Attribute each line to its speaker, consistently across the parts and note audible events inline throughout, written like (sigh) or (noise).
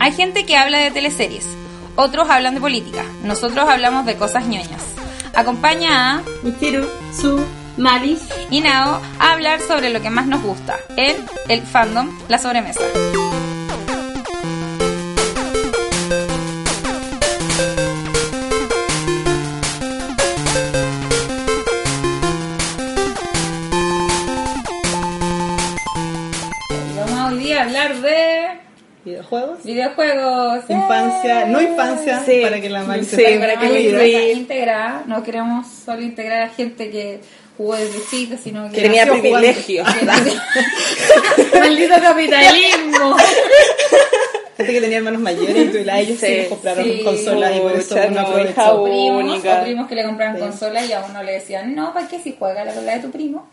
Speaker 1: Hay gente que habla de teleseries, otros hablan de política, nosotros hablamos de cosas ñoñas. Acompaña a
Speaker 2: Michiru, Su,
Speaker 3: (laughs)
Speaker 2: Maris.
Speaker 1: y Nao a hablar sobre lo que más nos gusta, el, el fandom, la sobremesa. Vamos a hoy día a hablar de
Speaker 4: videojuegos,
Speaker 1: videojuegos.
Speaker 4: infancia, no infancia,
Speaker 2: Sí.
Speaker 4: para que la Mari
Speaker 2: Sí,
Speaker 4: sepa.
Speaker 1: para que
Speaker 2: Ay,
Speaker 1: la
Speaker 2: sí.
Speaker 1: gente integrada, no queremos solo integrar a gente que jugó desde chica, sino que...
Speaker 4: Que tenía
Speaker 1: nació jugando. (laughs)
Speaker 4: privilegios.
Speaker 2: Maldito capitalismo.
Speaker 4: Gente que tenía hermanos mayores y tú y la, ellos sí,
Speaker 2: Sí,
Speaker 4: les compraron
Speaker 1: sí.
Speaker 4: consolas y por eso
Speaker 2: Pucha,
Speaker 4: uno
Speaker 2: no,
Speaker 4: aprovechó.
Speaker 2: hija, u-
Speaker 1: primos
Speaker 2: Única.
Speaker 1: o primos que le compraban
Speaker 4: Sí.
Speaker 1: consolas y a uno le decían, no, ¿para qué si juega la con la de tu primo?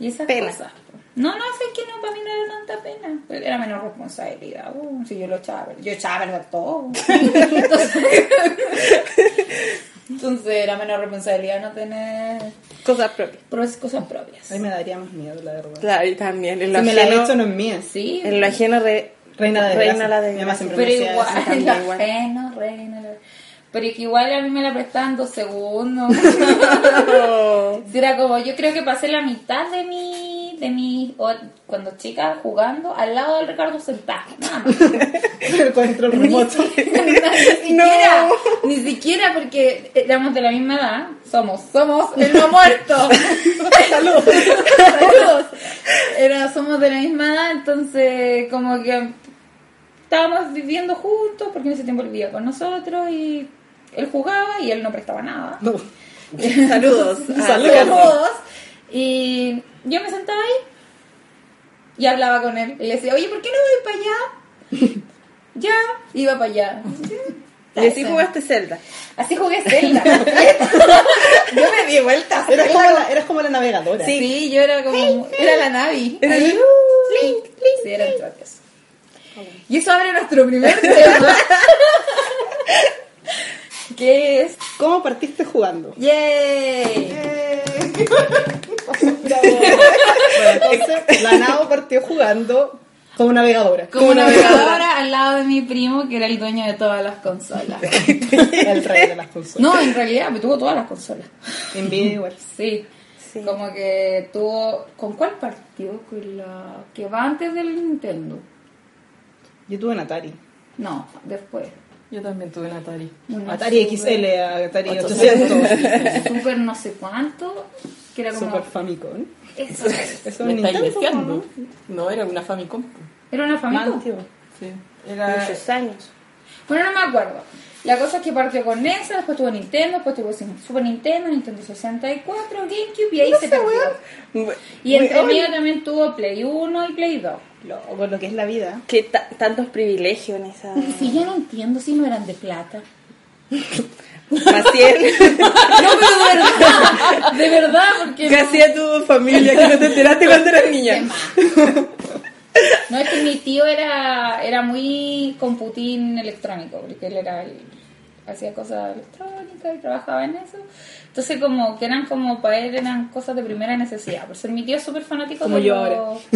Speaker 1: y esas
Speaker 4: Pena.
Speaker 1: cosas. No, no, sé que no, para mí no era tanta pena. Pero Era menos responsabilidad. uh, si yo lo echaba, a perder. yo echaba a perder todo. (laughs) Entonces, (laughs) entonces era menos responsabilidad no tener
Speaker 3: Cosas propias.
Speaker 1: pros- cosas propias.
Speaker 4: A mí me daría más miedo, la verdad.
Speaker 3: Claro, y también. En
Speaker 4: Si
Speaker 3: lo,
Speaker 4: me la he
Speaker 3: ajeno,
Speaker 4: hecho no es mía.
Speaker 1: Sí,
Speaker 3: en lo ajeno re-
Speaker 4: Reina de
Speaker 3: Reina la
Speaker 4: Mi mamá
Speaker 3: desgracia.
Speaker 4: siempre
Speaker 1: pero
Speaker 4: me decía
Speaker 1: igual,
Speaker 4: eso.
Speaker 1: (laughs)
Speaker 3: también
Speaker 1: la
Speaker 3: igual.
Speaker 1: pena, reina, la- Pero que igual a mí me la prestaban dos
Speaker 3: (laughs)
Speaker 1: segundos.
Speaker 3: Oh,
Speaker 1: Era como, yo creo que pasé la mitad de mi, de mi, o- cuando chica jugando, al lado del Ricardo sentada, nada más.
Speaker 4: (laughs) el control remoto.
Speaker 1: (laughs) ni siquiera, ni siquiera porque éramos de la misma edad, somos, somos el no
Speaker 4: (laughs)
Speaker 1: muerto.
Speaker 4: Saludos.
Speaker 1: Saludos. Era, somos de la misma edad, entonces como que estábamos viviendo juntos porque en ese tiempo él vivía con nosotros y él jugaba y él no prestaba nada.
Speaker 4: No.
Speaker 3: Saludos. Ah,
Speaker 4: Saludos.
Speaker 1: Saludos. Y yo me sentaba ahí y hablaba con él. Y le decía, oye, ¿por qué no voy para allá? (laughs) ya, iba para allá.
Speaker 3: Y así jugaste Zelda.
Speaker 1: Así jugué Zelda.
Speaker 3: Yo me di vueltas.
Speaker 4: Eras como la, eras como la
Speaker 1: (laughs)
Speaker 4: navegadora.
Speaker 1: sí. yo era como. Era la Navi.
Speaker 3: Era
Speaker 1: Ahí.
Speaker 3: el-
Speaker 1: Sí, Sí, era un tropiezo. Y eso abre nuestro (laughs) primer tema. que es.
Speaker 4: ¿Cómo
Speaker 1: (laughs)
Speaker 4: partiste jugando?
Speaker 1: ¡Yay!
Speaker 4: Bueno, entonces, la Nao partió jugando como navegadora.
Speaker 1: Como navegadora al lado de mi primo, que era el dueño de todas las consolas.
Speaker 4: (laughs) El rey de las
Speaker 1: (laughs)
Speaker 4: consolas.
Speaker 1: No, en realidad me tuvo todas las consolas.
Speaker 4: Envidia igual.
Speaker 1: Sí.
Speaker 3: Sí.
Speaker 1: Como que tuvo. ¿Con cuál partió? Con la. que va antes del Nintendo.
Speaker 4: Yo tuve un Atari.
Speaker 1: No, después.
Speaker 2: Yo también tuve la Atari.
Speaker 1: Una
Speaker 4: Atari
Speaker 1: Super-
Speaker 4: XL, Atari
Speaker 1: (laughs)
Speaker 4: 800.
Speaker 1: Super no sé cuánto, que era como...
Speaker 4: Super Famicom.
Speaker 1: Eso.
Speaker 4: Eso
Speaker 2: ¿Me
Speaker 4: es
Speaker 2: estáis
Speaker 4: Nintendo.
Speaker 2: diciendo? No, era una Famicom.
Speaker 1: Era una
Speaker 4: ¿no?
Speaker 1: familia.
Speaker 2: Sí.
Speaker 4: Era-
Speaker 3: Muchos años.
Speaker 1: Bueno, no me acuerdo. La cosa es que partió con NES, después tuvo Nintendo, después tuvo Super Nintendo, Nintendo 64, GameCube y ahí se perdió. Y entre
Speaker 4: Weón.
Speaker 1: medio también tuvo Play 1 y Play 2.
Speaker 4: Loco, lo que es la vida.
Speaker 3: Que ta- tantos privilegios en esa.
Speaker 1: Si yo no entiendo si no eran de plata.
Speaker 3: Maciel.
Speaker 1: No, pero de verdad, (laughs) de verdad, porque
Speaker 3: ¿Qué hacía tu familia que no te enteraste cuando eras niña?
Speaker 1: No, es que mi tío era, era muy computín electrónico, porque él era el- hacía cosas electrónicas y trabajaba en eso. Entonces, como que eran como para él eran cosas de primera necesidad. Por ser mi tío es súper fanático
Speaker 4: Como
Speaker 1: de
Speaker 4: yo
Speaker 1: lo-
Speaker 4: ahora.
Speaker 1: (laughs)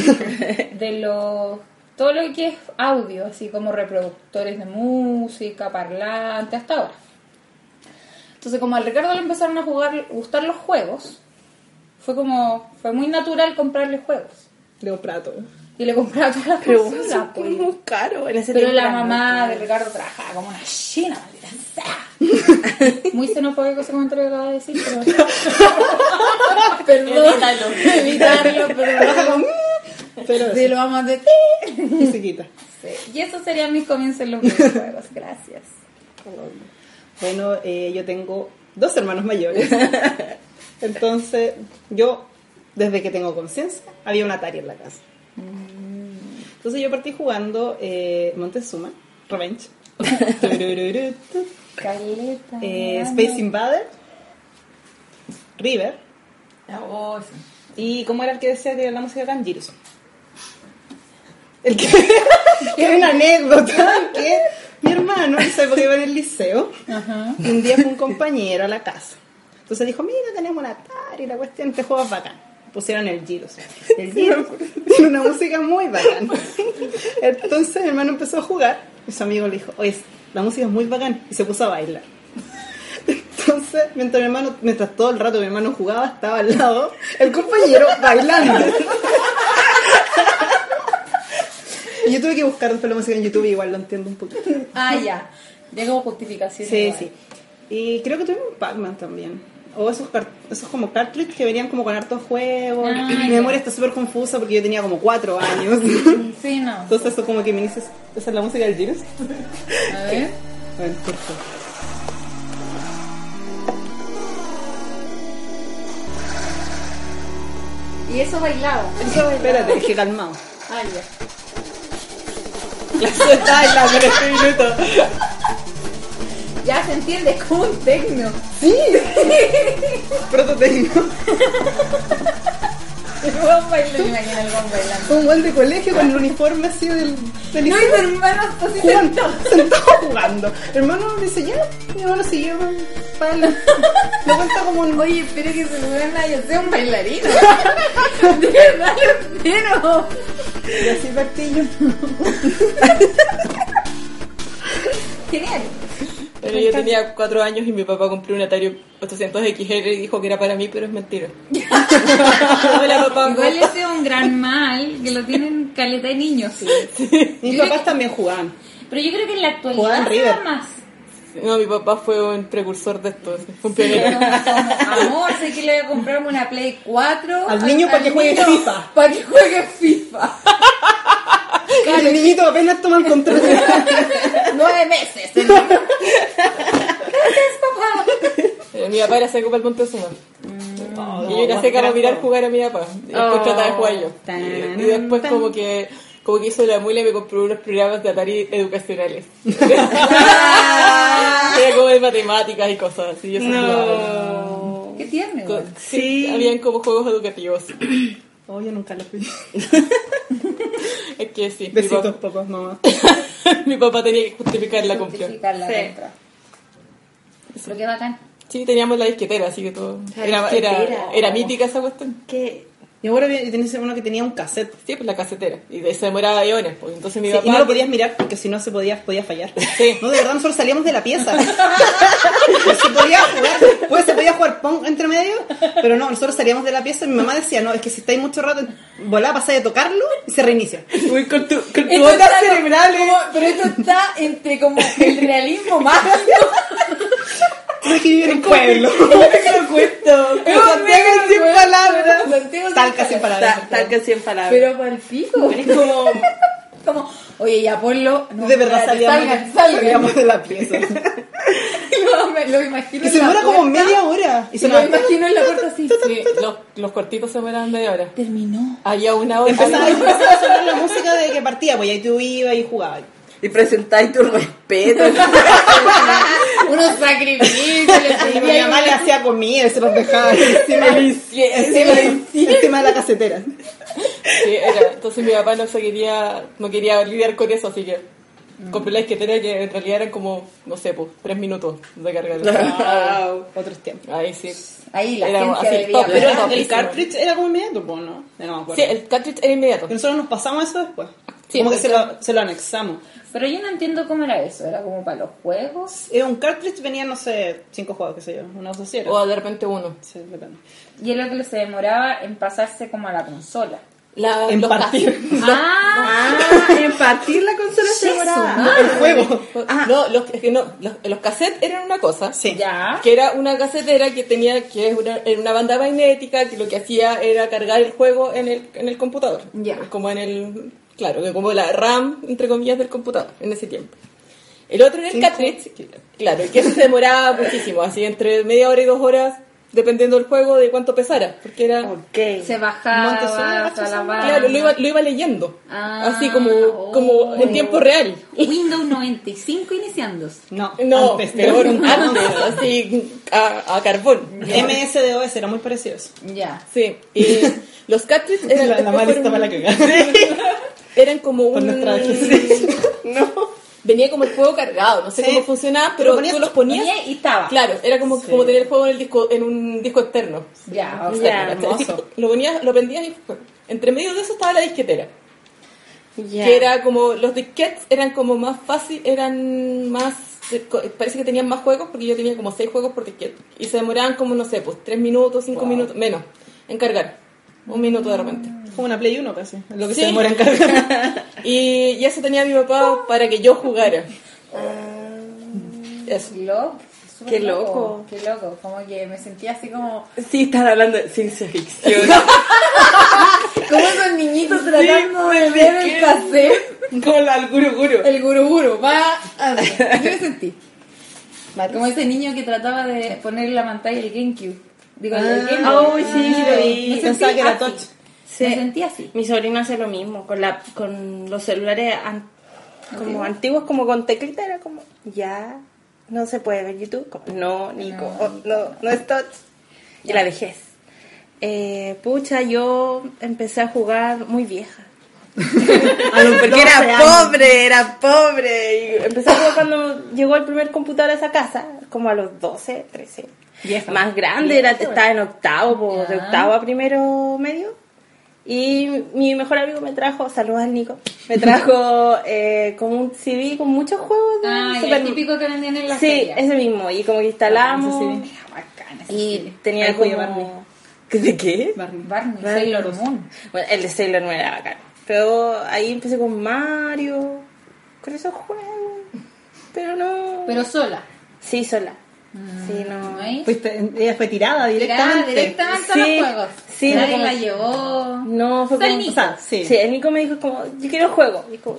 Speaker 1: de lo- todo lo que es audio, así como reproductores de música, parlantes, hasta ahora. Entonces, como al Ricardo le empezaron a jugar, gustar los juegos, fue como, fue muy natural comprarle juegos.
Speaker 4: Leo Prato. (laughs)
Speaker 1: Y le compraba todas las
Speaker 3: Pero
Speaker 1: consolas,
Speaker 3: eso fue
Speaker 1: pues.
Speaker 3: muy caro en ese
Speaker 1: Pero
Speaker 3: tiempo
Speaker 1: la
Speaker 3: era
Speaker 1: mamá
Speaker 3: muy
Speaker 4: pues.
Speaker 1: de
Speaker 3: caro.
Speaker 1: Ricardo trabajaba como una china, maldita sea.
Speaker 4: (laughs)
Speaker 1: Muy xenofóbico ese comentario que acabo de decir, pero... perdón. Evitarlo, perdón.
Speaker 4: Pero
Speaker 1: Sí,
Speaker 4: eso,
Speaker 1: lo vamos a decir.
Speaker 4: musiquita.
Speaker 1: Sí. Y esos serían mis comienzos en los videojuegos, gracias.
Speaker 4: Bueno, eh, yo tengo dos hermanos mayores. Entonces, yo, desde que tengo conciencia, había un Atari en la casa. Entonces yo partí jugando eh, Montezuma, Revenge, Turururú,
Speaker 1: Caleta.
Speaker 4: eh, Space Invader, River,
Speaker 2: Oh, sí.
Speaker 4: y ¿cómo era el que decía que era la música Ganjirus? El que (laughs) era una anécdota que mi hermano, no sé por qué iba en el liceo,
Speaker 1: Ajá.
Speaker 4: Y un día fue un compañero a la casa. Entonces dijo, mira, tenemos un Atari, la cuestión, te juegas este bacán. pusieron el Giros. El Giros tiene una música muy bacán. Entonces mi hermano empezó a jugar y su amigo le dijo, oye, la música es muy bacán. Y se puso a bailar. Entonces, mientras mi hermano, mientras todo el rato mi hermano jugaba, estaba al lado, el compañero bailando. Y yo tuve que buscar después la música en YouTube, igual lo entiendo un poquito.
Speaker 1: Ah, ya. Ya como justificación.
Speaker 4: Sí,
Speaker 1: igual.
Speaker 4: sí. Y creo que tuvimos un Pac-Man también. O esos, car- esos como cartridge que venían como con hartos juegos.
Speaker 1: Ah,
Speaker 4: Mi
Speaker 1: ya.
Speaker 4: memoria está súper confusa porque yo tenía como cuatro años. (laughs)
Speaker 1: Sí, no.
Speaker 4: Entonces eso como que me dices, ¿esa es la música del Girus?
Speaker 1: A ver.
Speaker 4: Bueno, perfecto.
Speaker 1: Y eso bailaba.
Speaker 4: Espérate, es que (laughs) calmado.
Speaker 1: Ah, ya.
Speaker 4: en este minuto.
Speaker 1: Ya se entiende, es como un tecno.
Speaker 4: Sí. Pronto te digo.
Speaker 1: Vos bailando, me imagino el vos bailando.
Speaker 4: Un buen de colegio con el uniforme así del, del
Speaker 1: No, y pues, tu hermano está así
Speaker 4: jugando, sentado jugando. El hermano me dice, ya, mi hermano siguió para la... (laughs) Lo cuenta como un...
Speaker 1: Oye, espero que se weón haya sea un bailarín. (laughs) De verdad lo espero.
Speaker 4: Y así partí yo.
Speaker 1: Genial.
Speaker 2: Pero yo tenía cuatro años y mi papá compró un Atari 800 XL y dijo que era para mí, pero es mentira. Hola, papá.
Speaker 1: Igual ese es un gran mal que lo tienen caleta de niños.
Speaker 4: Mis papás también jugaban.
Speaker 1: Pero yo creo que en la
Speaker 4: Juegan
Speaker 1: actualidad se da
Speaker 4: River.
Speaker 1: más.
Speaker 2: No, mi papá fue un precursor de esto, fue un pionero.
Speaker 1: Amor, sé que le voy a comprar una Play 4
Speaker 4: Al niño para que juegue FIFA.
Speaker 1: Para que juegue FIFA.
Speaker 4: Y El niñito apenas toma el control.
Speaker 2: (laughs)
Speaker 1: Nueve meses. el niño. (laughs) Gracias, papá.
Speaker 2: Eh, mi papá era seco para el Montezuma. y yo era seca para mirar jugar a mi papá. Y después
Speaker 4: Oh.
Speaker 2: trataba de jugar yo.
Speaker 4: Tan,
Speaker 2: Y, y después
Speaker 4: tan.
Speaker 2: como que como que hizo la muela y me compró unos programas de Atari
Speaker 4: (laughs)
Speaker 2: educacionales. era como de matemáticas y cosas así. Yo se jugaba.
Speaker 4: No.
Speaker 1: Qué tierno.
Speaker 2: Co-
Speaker 1: igual.
Speaker 2: sí,
Speaker 4: Sí.
Speaker 2: habían como juegos educativos. (laughs)
Speaker 4: Oh, yo nunca lo fui.
Speaker 2: Es que sí, mi
Speaker 4: Besitos,
Speaker 2: papá, (laughs)
Speaker 4: papás, mamá.
Speaker 2: mi papá tenía que justificar la compra.
Speaker 1: Justificar la
Speaker 4: Sí.
Speaker 1: compra. Pero qué bacán.
Speaker 2: Sí, teníamos la disquetera, así que todo.
Speaker 4: La
Speaker 2: Era, era,
Speaker 4: disquetera.
Speaker 2: era mítica esa cuestión.
Speaker 4: ¿Qué? Y ahora había- tenés uno que tenía un cassette.
Speaker 2: Sí, pues la casetera. Y de- se demoraba iones. Pues. Entonces mi
Speaker 4: Sí,
Speaker 2: papá.
Speaker 4: y no lo podías mirar porque si no se podía, podía fallar.
Speaker 2: Sí.
Speaker 4: No, de verdad, nosotros salíamos de la
Speaker 2: (laughs)
Speaker 4: pieza. (laughs) No se podía jugar. Pues se podía jugar pong entre medio, pero no, nosotros salíamos de la pieza y mi mamá decía, no, es que si estáis mucho rato, volá, pasáis a tocarlo y se reinicia.
Speaker 3: Uy, con tu,
Speaker 2: (laughs)
Speaker 3: con tu
Speaker 1: Esto
Speaker 3: onda
Speaker 1: está como-
Speaker 3: cerebral. eh.
Speaker 1: como- pero esto está entre (laughs) como el realismo más
Speaker 4: Tuve que vivir en un pueblo.
Speaker 3: Te lo
Speaker 4: (laughs)
Speaker 3: cuento.
Speaker 1: Es un
Speaker 3: Santiago
Speaker 1: mega
Speaker 3: sin
Speaker 1: cuento.
Speaker 3: palabras.
Speaker 1: Santiago sin
Speaker 4: Talca sin
Speaker 3: Ta-
Speaker 4: palabras.
Speaker 3: Tal que cien palabras.
Speaker 1: Pero para el pico.
Speaker 3: es
Speaker 4: (laughs)
Speaker 3: como.
Speaker 1: Como, oye, ya ponlo. No,
Speaker 4: De verdad
Speaker 1: espérate,
Speaker 4: salíamos,
Speaker 1: Salgan, salgan.
Speaker 4: salíamos de la pieza.
Speaker 1: (laughs) Lo, me lo imagino.
Speaker 4: Y
Speaker 1: en
Speaker 4: se
Speaker 1: la
Speaker 4: demora como
Speaker 1: puerta,
Speaker 4: media hora. Y
Speaker 1: y lo imagino en la puerta así.
Speaker 2: Sí, los, los cortitos se demoraban media hora.
Speaker 1: Terminó.
Speaker 2: Había una hora.
Speaker 4: Empezaba, empezaba a sonar la música de que partía, pues y ahí tú ibas y jugabas.
Speaker 3: Y presentáis tu respeto.
Speaker 1: Unos sacrificios. le
Speaker 4: Y mi
Speaker 1: servía
Speaker 4: mamá le
Speaker 1: una-
Speaker 4: hacía comida y se los dejaba encima, encima, encima de la casetera.
Speaker 2: Sí, era. Entonces mi papá no se quería, no quería lidiar con eso, así que
Speaker 4: Mm.
Speaker 2: compré la disquetera que en realidad eran como, no sé, pues, tres minutos de cargar.
Speaker 3: Wow.
Speaker 4: Otros tiempos.
Speaker 2: Ahí sí.
Speaker 1: Ahí la
Speaker 2: Era
Speaker 1: gente
Speaker 2: así,
Speaker 1: bebía.
Speaker 2: pop,
Speaker 1: pero-
Speaker 4: Pero
Speaker 2: Era
Speaker 4: el
Speaker 2: topísimo.
Speaker 4: cartridge era como inmediato, pues, ¿no? Ya No me
Speaker 2: Sí,
Speaker 4: acuerdo.
Speaker 2: el cartridge era inmediato.
Speaker 4: Que nosotros nos pasamos eso después.
Speaker 2: Sí,
Speaker 4: como que
Speaker 2: pues,
Speaker 4: se lo, se lo anexamos.
Speaker 1: Pero yo no entiendo cómo era eso. Era como para los juegos.
Speaker 4: Era un cartridge venía, no sé, cinco juegos, qué sé yo, una cosa así era.
Speaker 2: O de repente uno.
Speaker 4: Sí, depende.
Speaker 1: Y es lo que se demoraba en pasarse como a la consola.
Speaker 2: La,
Speaker 4: En
Speaker 2: los
Speaker 4: partir.
Speaker 2: cas-
Speaker 1: (laughs) Ah,
Speaker 3: en partir la consola se demoraba.
Speaker 4: Ah, El juego.
Speaker 2: No, los, es que no, los, los cassettes eran una cosa.
Speaker 4: Sí.
Speaker 1: ya.
Speaker 2: que era una casetera que tenía que es una, era una banda magnética que lo que hacía era cargar el juego en el, en el computador
Speaker 1: Ya.
Speaker 2: como en el claro que como la RAM entre comillas del computador en ese tiempo el otro era el cartridge que- claro que eso se demoraba muchísimo así entre media hora y dos horas dependiendo del juego de cuánto pesara porque era
Speaker 3: Ok.
Speaker 1: Se bajaba,
Speaker 4: Montezuma,
Speaker 1: hasta la barra.
Speaker 2: claro lo iba, lo iba leyendo
Speaker 1: Oh, Ah,
Speaker 2: así como
Speaker 1: oh.
Speaker 2: como en tiempo real
Speaker 1: Windows 95 iniciándose.
Speaker 4: No,
Speaker 2: no
Speaker 4: antes,
Speaker 2: peor
Speaker 4: peor.
Speaker 2: (laughs) antes así a, a carbón
Speaker 4: MSDOS era muy parecido a eso.
Speaker 1: Ya.
Speaker 2: Sí,
Speaker 4: (laughs)
Speaker 2: y los cartridges eran,
Speaker 4: La, la (laughs)
Speaker 2: después
Speaker 4: mala
Speaker 2: fueron-
Speaker 4: estaba la cagada.
Speaker 2: eran como
Speaker 4: Con
Speaker 2: un...
Speaker 4: nuestra vejez.
Speaker 3: No.
Speaker 2: venía como el juego cargado, no sé
Speaker 4: Sí.
Speaker 2: cómo funcionaba,
Speaker 4: Pero
Speaker 2: pero
Speaker 4: ponías-
Speaker 2: tú los ponías.
Speaker 1: Ponía y estaba.
Speaker 2: Claro, era como, como tener el juego en, el disco, en un disco externo.
Speaker 4: Ah,
Speaker 1: Ya, o
Speaker 2: Externo,
Speaker 1: sea,
Speaker 2: ¿cachai?
Speaker 1: hermoso.
Speaker 2: (laughs) Lo, ponías, lo prendías y fue. Entre medio de eso estaba la disquetera.
Speaker 1: Ya.
Speaker 2: Que era como, los disquets eran como más fácil, eran más, se- co- parece que tenían más juegos porque yo tenía como seis juegos por disquet. Y se demoraban como, no sé, pues tres minutos, cinco minutos, menos, en cargar. Un minuto de repente.
Speaker 4: Como una Play 1 casi. Lo que
Speaker 2: Sí.
Speaker 4: se demora en cargar.
Speaker 2: Y, y eso tenía mi papá para que yo jugara. Eso.
Speaker 1: Loco. súper
Speaker 3: Qué loco.
Speaker 1: Qué loco. Como que me sentía así como.
Speaker 3: Sí, están hablando de ciencia (laughs) ficción.
Speaker 1: Como esos niñitos tratando de ver el cassette.
Speaker 3: Con la guru guru.
Speaker 1: El guruguru va. a- Así me sentí. Como ese niño que trataba de poner en la pantalla el GameCube. Digo, el
Speaker 4: Ah,
Speaker 1: GameCube.
Speaker 4: oh,
Speaker 3: sí,
Speaker 1: Ah,
Speaker 3: lo
Speaker 1: me
Speaker 4: vi.
Speaker 1: sentí
Speaker 4: Pensaba que era
Speaker 1: así.
Speaker 4: touch.
Speaker 1: Me sentí así.
Speaker 3: Mi sobrino hace lo mismo con la con los celulares an- como antiguos, como con teclita era como ya no se puede ver YouTube, como, no Nico,
Speaker 1: No,
Speaker 3: oh, no no es touch y la vejez. Eh, pucha, yo empecé a jugar muy vieja.
Speaker 4: (laughs) A los
Speaker 3: Porque
Speaker 4: 12
Speaker 3: era
Speaker 4: años.
Speaker 3: pobre, era pobre. Y empecé a jugar cuando llegó el primer computador a esa casa, como a los 12, 13.
Speaker 4: Vieja.
Speaker 3: Más grande, era, estaba en octavo, po, de
Speaker 1: Ya.
Speaker 3: octavo a primero medio. Y mi mejor amigo me trajo, saludos al Nico,
Speaker 1: (laughs)
Speaker 3: me trajo eh, como un CD con muchos juegos de
Speaker 1: Ah, y
Speaker 3: Super-
Speaker 1: el típico que vendían en la
Speaker 3: Mm, Sí,
Speaker 1: feria.
Speaker 3: ese mismo. Y como que instalamos.
Speaker 1: Era "Ah, bacán ese
Speaker 3: Y
Speaker 1: CD.
Speaker 3: tenía
Speaker 4: Ahí
Speaker 3: como...
Speaker 4: jugué Barney.
Speaker 3: (laughs) ¿De qué?
Speaker 4: Barney.
Speaker 1: Barney,
Speaker 3: Barney
Speaker 1: Sailor
Speaker 3: Bros.
Speaker 1: Moon.
Speaker 3: Bueno, el de Sailor Moon era bacán. Pero ahí empecé con Mario, con esos juegos. Pero no.
Speaker 1: Pero sola. Mm,
Speaker 3: Sí, sola. Sí, no.
Speaker 1: ¿No hay?
Speaker 4: Fuiste- ella fue tirada
Speaker 1: Directamente,
Speaker 4: Pues directamente.
Speaker 1: directamente
Speaker 3: Sí,
Speaker 1: a los juegos.
Speaker 3: sí,
Speaker 1: Nadie
Speaker 3: como-
Speaker 1: la llevó.
Speaker 3: No, fue
Speaker 1: Está el
Speaker 3: como.
Speaker 1: Nico.
Speaker 4: O sea, sí.
Speaker 3: Sí, el Nico me dijo como, yo quiero el juego. Y como,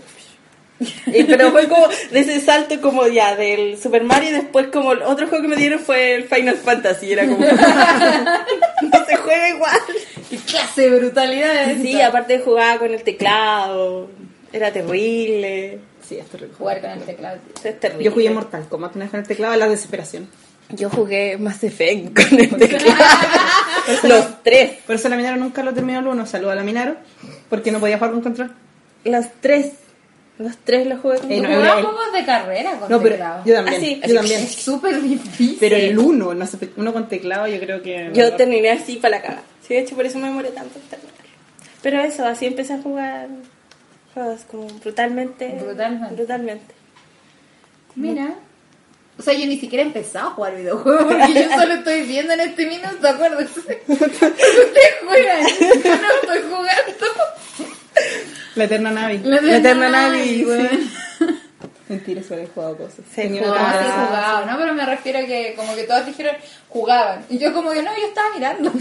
Speaker 3: (laughs) y- pero fue como de ese salto como ya del Super Mario y después como el otro juego que me dieron fue el Final Fantasy. Era como... (laughs) no se juega igual.
Speaker 1: ¡Qué clase de brutalidad! es
Speaker 3: Sí,
Speaker 1: esa?
Speaker 3: aparte jugaba con el teclado. Era terrible.
Speaker 4: Sí, esto es
Speaker 1: Jugar con el teclado.
Speaker 3: Eso es terrible.
Speaker 4: Yo jugué Mortal Kombat una vez con el teclado de la desesperación.
Speaker 3: Yo jugué Mass Effect con el (laughs) teclado. los tres.
Speaker 4: Por eso la Minaro nunca lo terminó el uno. Saluda a la Minaro. Porque no podía jugar con control.
Speaker 3: Los tres. Los tres los jugué con
Speaker 4: Eh,
Speaker 1: Yo
Speaker 4: no,
Speaker 3: teclado.
Speaker 1: jugaba
Speaker 4: era-
Speaker 1: juegos de carrera con
Speaker 4: No, pero
Speaker 1: teclado.
Speaker 4: yo también.
Speaker 3: Ah, sí.
Speaker 4: Yo también.
Speaker 1: Es súper difícil.
Speaker 4: Pero el uno, no sé, uno con teclado, yo creo que.
Speaker 3: Yo terminé así para la cagada. Sí, de hecho, por eso me demoré tanto en terminar. Pero eso, así empecé a jugar juegos como brutalmente.
Speaker 1: Brutalmente.
Speaker 3: brutalmente.
Speaker 1: Mira. O sea, yo ni siquiera he empezado a jugar videojuegos porque yo solo estoy viendo en este minuto, ¿de acuerdo? Ustedes juegan, yo no estoy jugando.
Speaker 4: La Eterna Navi.
Speaker 1: Navi,
Speaker 4: sí.
Speaker 1: weón.
Speaker 4: Mentira, se había jugado cosas.
Speaker 3: Se
Speaker 4: Tenía
Speaker 3: jugaba.
Speaker 4: otra-
Speaker 1: Ah, sí, jugaba, ¿no? Pero me refiero a que como que todas dijeron jugaban. Y yo como que no, yo estaba mirando.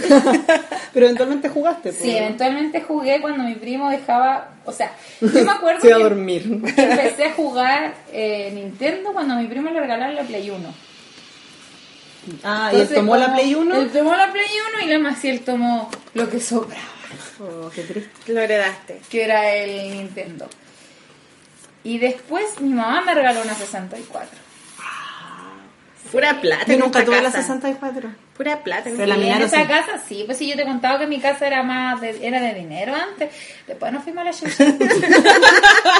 Speaker 4: Pero eventualmente jugaste, pues.
Speaker 1: Sí, eventualmente jugué cuando mi primo dejaba... O sea, yo me acuerdo
Speaker 4: (laughs) Se iba a
Speaker 1: que-
Speaker 4: dormir.
Speaker 1: que empecé a jugar eh, Nintendo cuando a mi primo le regalaron la Play 1.
Speaker 4: Ah, y él
Speaker 1: Entonces,
Speaker 4: tomó la
Speaker 1: como-
Speaker 4: Play 1.
Speaker 1: Él tomó la Play 1 y la Maciel tomó lo que sobraba,
Speaker 4: Oh, qué triste.
Speaker 3: Lo heredaste.
Speaker 1: que era el Nintendo. Y después mi mamá me regaló una 64.
Speaker 3: Pura plata.
Speaker 4: Yo
Speaker 3: en
Speaker 4: nunca
Speaker 3: nuestra
Speaker 4: tuve la
Speaker 3: casa.
Speaker 4: 64.
Speaker 3: Pura plata. en
Speaker 4: Pero la
Speaker 1: Y en
Speaker 4: Minaro
Speaker 1: esa
Speaker 4: sí.
Speaker 1: casa sí, pues si yo te contaba que mi casa era más de, era de dinero antes, después nos fuimos a la chucha. (laughs)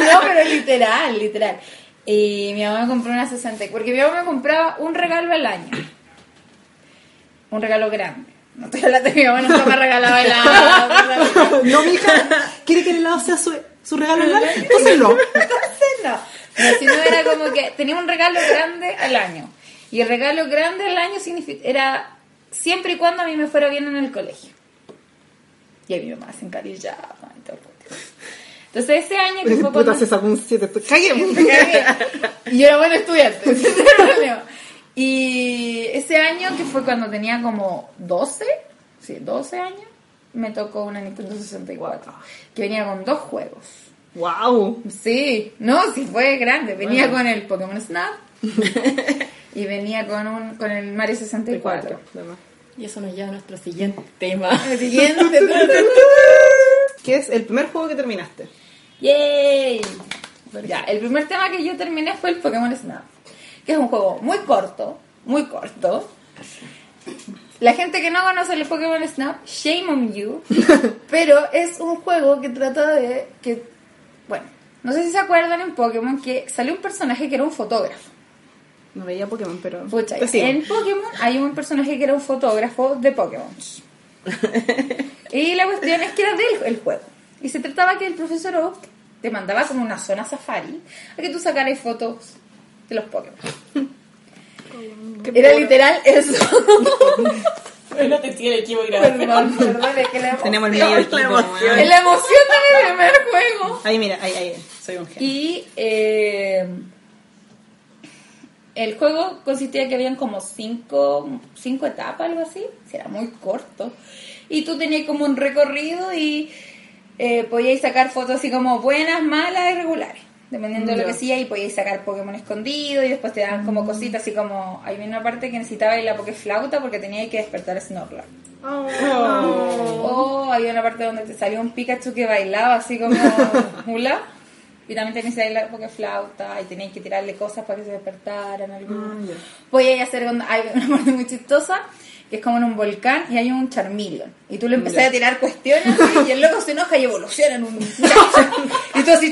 Speaker 1: no, pero literal, literal. Y mi mamá me compró una 60, porque mi mamá me compraba un regalo al año. Un regalo grande. No estoy hablando de mi mamá, nunca me regalaba helado.
Speaker 4: No, mija, quiere que el helado sea su, su regalo al año? Entonces no.
Speaker 1: Entonces no. Pero si no era como que tenía un regalo grande al año. Y el regalo grande al año signifi- era siempre y cuando a mí me fuera bien en el colegio. Y a mi mamá se encarillaba y todo el cuento. Entonces ese año que fue
Speaker 4: Puta,
Speaker 1: cuando... (laughs)
Speaker 4: se sacó un 7. Caguemos.
Speaker 1: Me cagué. Y yo era buena estudiante. (laughs) ese era el problema. Y ese año, que fue cuando tenía como 12, sí, 12 años, me tocó una Nintendo 64. Que venía con dos juegos.
Speaker 4: Wow.
Speaker 1: Sí, no, sí fue grande. Venía con el Pokémon (laughs) Snap y venía con un con el Mario 64.
Speaker 2: Y eso nos lleva a nuestro siguiente tema.
Speaker 1: El (laughs) siguiente.
Speaker 4: ¿Qué es el primer juego que terminaste?
Speaker 1: ¡Yay! Ya, el primer tema que yo terminé fue el Pokémon Snap, que es un juego muy corto, muy corto. La gente que no conoce el Pokémon Snap, (laughs) shame on you, pero es un juego que trata de que, bueno, No sé si se acuerdan en Pokémon que salió un personaje que era un fotógrafo.
Speaker 4: No veía Pokémon, pero.
Speaker 1: Pucha,
Speaker 4: Te sigo.
Speaker 1: en Pokémon hay un personaje que era un fotógrafo de
Speaker 4: (laughs)
Speaker 1: Pokémon. y la cuestión es que era del el juego. Y se trataba que el profesor Oak te mandaba como una zona safari a que tú sacaras fotos de los Pokémon. Era literal eso.
Speaker 2: Pues No te tiene equipo grabar.
Speaker 1: perdón, perdón, es que la emoción,
Speaker 4: Tenemos el medio equipo. weón.
Speaker 1: es la emoción del primer juego.
Speaker 4: Ahí, mira, ahí, ahí. Soy un genio.
Speaker 1: Y eh, el juego consistía en que habían como cinco, cinco etapas, algo así. si Era muy corto. Y tú tenías como un recorrido y eh, podíais sacar fotos así como buenas, malas y regulares. Dependiendo de lo que hacía y podíais sacar Pokémon escondido y después te daban como cositas así como... Hay una parte que necesitabais la Pokéflauta porque tenías que despertar a Snorlax. Oh, había una parte donde te salió un Pikachu que bailaba así como hula. Y también tenéis ahí la porque flauta y tenéis que tirarle cosas para que se despertaran. algunos. Voy a hacer un- hay una parte muy chistosa que es como en un volcán y hay un Charmeleon. Y tú le empezás a tirar cuestiones así, y el loco se enoja y evoluciona en un. y tú así.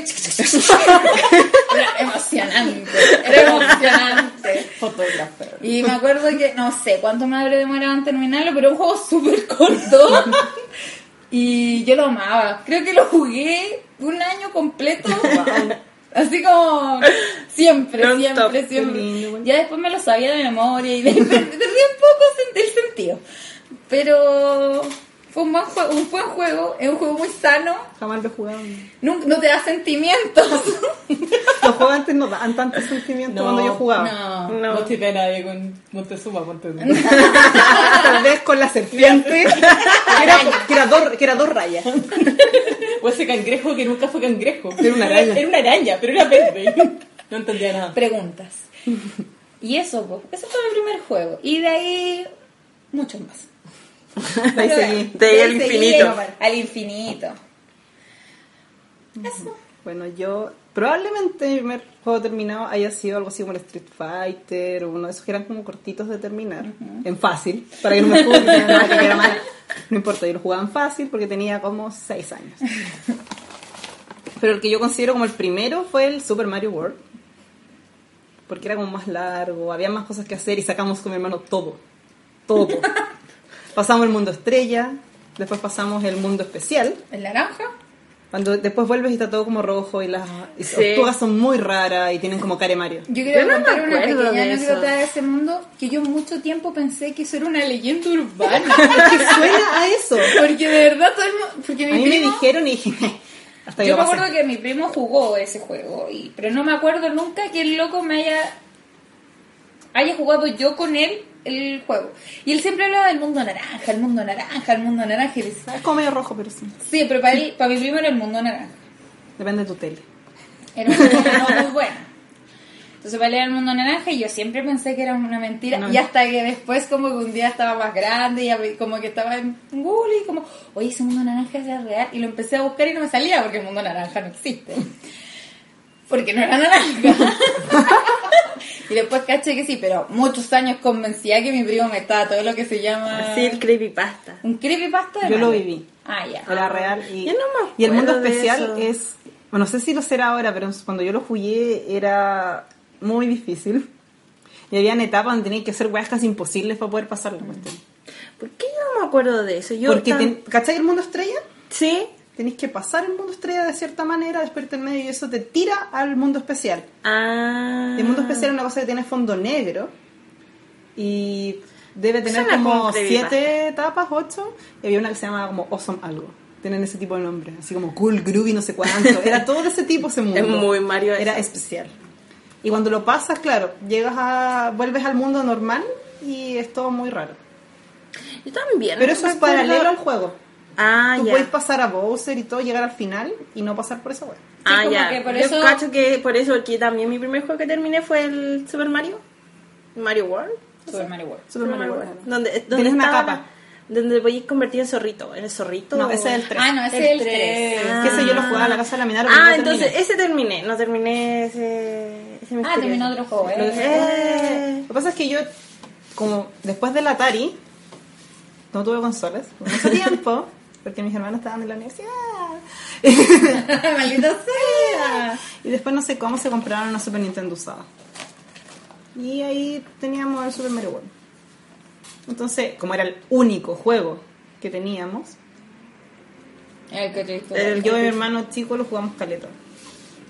Speaker 1: (laughs) Era emocionante. Era emocionante.
Speaker 2: Fotógrafo.
Speaker 1: Y me acuerdo que no sé cuánto me habré demorado en terminarlo, pero era un juego súper
Speaker 4: (laughs)
Speaker 1: corto. y yo lo amaba. Creo que lo jugué un año completo. Así como siempre,
Speaker 4: Non-stop,
Speaker 1: siempre,
Speaker 4: qué
Speaker 1: siempre.
Speaker 4: lindo, bueno.
Speaker 1: ya después me lo sabía de memoria y de- perdí un poco sen- el sentido. Pero fue un buen juego, un buen juego, es un juego muy sano,
Speaker 4: Jamás lo he jugado. weón.
Speaker 1: nunca- no te da sentimientos.
Speaker 4: Los juegos antes no daban tanto sentimiento
Speaker 2: No.
Speaker 4: cuando yo jugaba.
Speaker 1: No.
Speaker 2: No.
Speaker 4: No.
Speaker 2: te ve nadie con Montezuma, Montezuma.
Speaker 4: (laughs) Tal vez con la (laughs) serpiente. que, era, que, era dos, que era dos rayas.
Speaker 2: O Pues ese cangrejo que nunca fue cangrejo.
Speaker 4: Era una araña.
Speaker 2: Era una araña, pero era verde. No entendía
Speaker 3: (laughs)
Speaker 2: nada.
Speaker 1: preguntas. Y eso, pues, ese fue mi primer juego. Y de ahí, muchos más.
Speaker 4: Ahí seguí.
Speaker 3: De ahí al
Speaker 1: seguí
Speaker 3: infinito.
Speaker 1: Al infinito.
Speaker 4: Bueno, yo probablemente mi primer juego terminado haya sido algo así como el Street Fighter o uno de esos que eran como cortitos de terminar, en fácil, para que no me juzguen, no, que era mal. No importa, yo lo jugaba en fácil porque tenía como 6 años. Pero el que yo considero como el primero fue el Super Mario World, porque era como más largo, había más cosas que hacer y sacamos con mi hermano todo, todo. pasamos el mundo estrella, después pasamos el mundo especial.
Speaker 1: El naranja.
Speaker 4: Cuando después vuelves y está todo como rojo y las y las
Speaker 3: Sí.
Speaker 4: tortugas son muy raras y tienen como care Mario.
Speaker 1: Yo quiero
Speaker 3: Yo no me
Speaker 1: contar una
Speaker 3: acuerdo
Speaker 1: pequeña
Speaker 3: de eso.
Speaker 1: anécdota de ese mundo que yo mucho tiempo pensé que eso era una leyenda
Speaker 3: (laughs)
Speaker 1: urbana.
Speaker 4: ¿Qué suena a eso?
Speaker 1: porque de verdad todo el mundo. Porque
Speaker 4: A
Speaker 1: mi
Speaker 4: mí me
Speaker 1: primo.
Speaker 4: dijeron y dije, hasta yo
Speaker 1: Yo
Speaker 4: lo
Speaker 1: me
Speaker 4: pasé.
Speaker 1: acuerdo que mi primo jugó ese juego, y, pero no me acuerdo nunca que el loco me haya, haya jugado yo con él el juego. Y él siempre hablaba del mundo naranja, el mundo naranja, el mundo naranja. Y decía,
Speaker 4: Es como medio rojo, pero sí.
Speaker 1: sí, pero para, él, para mi primo era el mundo naranja.
Speaker 4: Depende de tu tele.
Speaker 1: Era un juego no muy bueno. Entonces para él era el mundo naranja y yo siempre pensé que era una mentira.
Speaker 4: Una
Speaker 1: Y hasta que después como que un día estaba más grande y abrí- como que estaba en Google y como, oye, ese mundo naranja es real. Y lo empecé a buscar y no me salía porque el mundo naranja no existe. Porque no era naranja. (laughs) y después caché que sí, pero muchos años convencía que mi primo me estaba todo lo que se llama...
Speaker 3: Así el creepypasta.
Speaker 1: Un creepypasta de
Speaker 4: Yo lo
Speaker 1: Mario.
Speaker 4: viví.
Speaker 1: Ah, ya.
Speaker 4: Era real. Y,
Speaker 3: Yo no me
Speaker 4: y el mundo
Speaker 3: acuerdo de
Speaker 4: especial
Speaker 3: eso.
Speaker 4: es, bueno, no sé si lo será ahora, pero cuando yo lo jugué era muy difícil. Y había etapas donde tenías que hacer weas casi imposibles para poder pasar la cuestión.
Speaker 3: ¿Por qué yo no me acuerdo de eso? Yo
Speaker 4: Porque,
Speaker 3: tan-
Speaker 4: ten- ¿cachai el mundo estrella?
Speaker 3: Sí.
Speaker 4: Tenéis que pasar el mundo estrella de cierta manera, despertar en medio y eso te tira al mundo especial.
Speaker 3: Ah.
Speaker 4: El mundo especial es una cosa que tiene fondo negro y debe tener
Speaker 3: Suena como
Speaker 4: como
Speaker 3: un
Speaker 4: siete etapas, ocho, y había una que se llama como Awesome Algo. Tienen ese tipo de nombre, así como Cool, Groovy, no
Speaker 3: (laughs)
Speaker 4: sé cuánto. Era todo de ese tipo ese mundo.
Speaker 3: Es muy Mario eso.
Speaker 4: Era especial. Y cuando lo pasas, claro, llegas a. vuelves al mundo normal y es todo muy raro.
Speaker 3: Yo también.
Speaker 4: Pero
Speaker 3: no
Speaker 4: eso
Speaker 3: me
Speaker 4: es paralelo
Speaker 3: acuerdo.
Speaker 4: al juego.
Speaker 3: Ah,
Speaker 4: Tú
Speaker 3: ya.
Speaker 4: puedes pasar a Bowser y todo, llegar al final y no pasar por esa web.
Speaker 3: Ah,
Speaker 1: como
Speaker 3: ya.
Speaker 1: que por
Speaker 3: yo
Speaker 1: eso-
Speaker 3: cacho que por eso que también mi primer juego que terminé fue el Super Mario. Mario World.
Speaker 1: Super Mario World.
Speaker 4: Super Mario World.
Speaker 3: Donde, eh, donde
Speaker 4: Tienes una
Speaker 3: estaba-
Speaker 4: capa.
Speaker 3: Donde voy convertido en zorrito. ¿En el zorrito?
Speaker 4: No, ese es el 3.
Speaker 1: Ah, no, ese es el 3.
Speaker 4: Es que ese yo lo jugaba en la casa de la Minara. pero no
Speaker 3: Ah,
Speaker 4: lo
Speaker 3: entonces
Speaker 4: terminé.
Speaker 3: ese terminé. No terminé ese. ese
Speaker 1: Ah,
Speaker 3: misterioso.
Speaker 1: terminó otro juego,
Speaker 4: Lo
Speaker 1: ¿eh?
Speaker 4: que,
Speaker 3: Eh.
Speaker 4: lo que pasa es que yo, como después del Atari, no tuve consolas por mucho tiempo, porque mis hermanos estaban en la universidad.
Speaker 1: Maldito sea.
Speaker 4: Y después no sé cómo se compraron una Super Nintendo usada. Y ahí teníamos el Super Mario World. Entonces, como era el único juego que teníamos,
Speaker 1: El que te diste
Speaker 4: el-
Speaker 1: vuelta.
Speaker 4: yo y mi hermano chico lo jugamos caleta.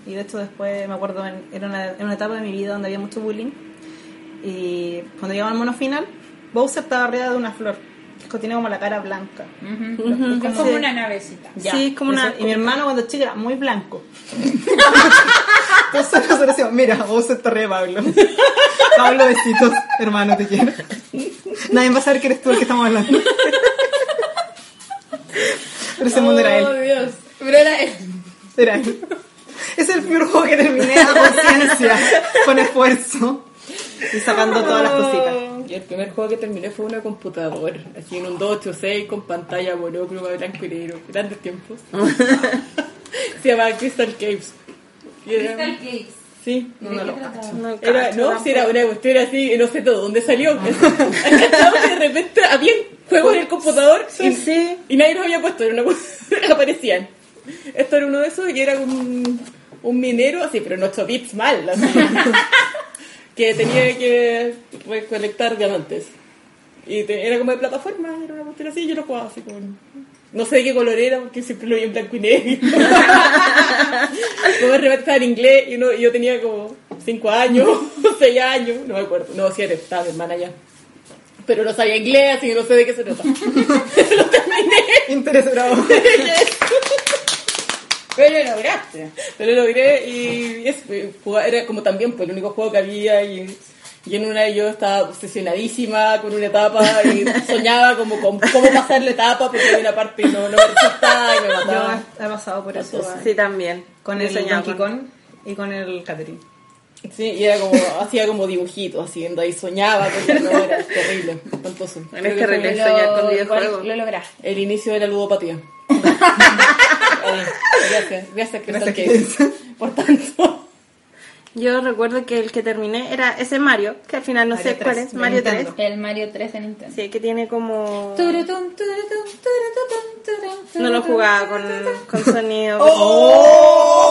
Speaker 4: Y de hecho después, me acuerdo, en- era una, era una etapa de mi vida donde había mucho bullying. Y cuando llegaba al mono final, Bowser estaba arriba de una flor. que tenía como la cara blanca.
Speaker 1: Ujú.
Speaker 4: Ujú.
Speaker 1: Es como
Speaker 4: Sí.
Speaker 1: una navecita.
Speaker 4: Ya, sí, es como una.
Speaker 3: es
Speaker 4: Y mi hermano cuando chico era muy blanco. (laughs) Entonces nosotros decíamos, mira, vos está re Pablo. (laughs) Pablo, besitos, hermano, te quiero. Nadie va a saber que eres tú el que estamos hablando. (laughs) Pero ese mundo era
Speaker 1: Oh,
Speaker 4: él.
Speaker 1: Dios. Pero era él.
Speaker 4: Era él. Es el peor juego que terminé a conciencia, con esfuerzo y sacando todas las cositas.
Speaker 2: Y el primer juego que terminé fue una computadora, así en un 286 con pantalla monocroma blanco y negro, grandes
Speaker 4: (laughs)
Speaker 2: tiempos. Se llamaba Crystal Caves. Y era-
Speaker 1: Cakes.
Speaker 2: Sí, no, no
Speaker 1: ¿De
Speaker 2: lo
Speaker 1: qué
Speaker 3: Ah,
Speaker 2: cacho.
Speaker 1: trataba?
Speaker 2: Era, no, si era una cuestión así, no sé de dónde salió.
Speaker 3: Ah.
Speaker 2: (laughs) Cachaba que de repente había juegos en el computador y,
Speaker 3: sí.
Speaker 2: y nadie los había puesto, era una (laughs) cosa- aparecían. Esto era uno de esos y era un, un minero, así, pero en 8 bits mal,
Speaker 3: (laughs)
Speaker 2: así, que tenía que recolectar diamantes. Y te- era como de plataforma, era una cuestión así, y yo lo jugaba así con... No sé de qué color era, porque siempre lo vi en blanco y negro. Como de repente estaba en inglés y uno- y yo tenía como 5 años, (laughs) 6 años, no me acuerdo. No, 7, estaba mi hermana ya. Pero no sabía inglés, así que no sé de qué se
Speaker 3: (laughs)
Speaker 2: trata. lo terminé,
Speaker 4: Interés bravo.
Speaker 1: Pero lo lograste.
Speaker 2: pero lo logré y, y eso, fue- jugaba- era como también pues, el único juego que había y, y en una yo estaba obsesionadísima con una etapa y soñaba como con cómo pasar la etapa porque había una parte que no, no me resultaba
Speaker 3: (laughs)
Speaker 2: y me mataba.
Speaker 4: Yo he pasado por eso. ¿eh?
Speaker 3: Sí, también.
Speaker 4: Con
Speaker 3: Yo
Speaker 4: el
Speaker 3: soñaba
Speaker 4: Donkey
Speaker 3: con-
Speaker 4: Kong y con el Catherine.
Speaker 2: Sí, y era como, hacía como dibujitos haciendo ahí, soñaba con no, era terrible, espantoso.
Speaker 3: Bueno, es terrible soñar con videojuegos.
Speaker 1: Lo lograste.
Speaker 2: El inicio de la ludopatía. (laughs) Ahí, gracias, gracias, Crystal
Speaker 4: Gracias,
Speaker 2: Case. Por tanto, (laughs)
Speaker 3: Yo recuerdo que el que terminé era ese Mario, que al final no
Speaker 4: Mario
Speaker 3: sé cuál
Speaker 4: 3,
Speaker 3: es,
Speaker 4: de
Speaker 3: Mario 3.
Speaker 4: Nintendo.
Speaker 1: El Mario 3 de Nintendo.
Speaker 3: Sí, que tiene como...
Speaker 1: Turutum, turutum, turutum, turutum, turutum.
Speaker 3: No lo jugaba con, con sonido.
Speaker 4: ¡Oh!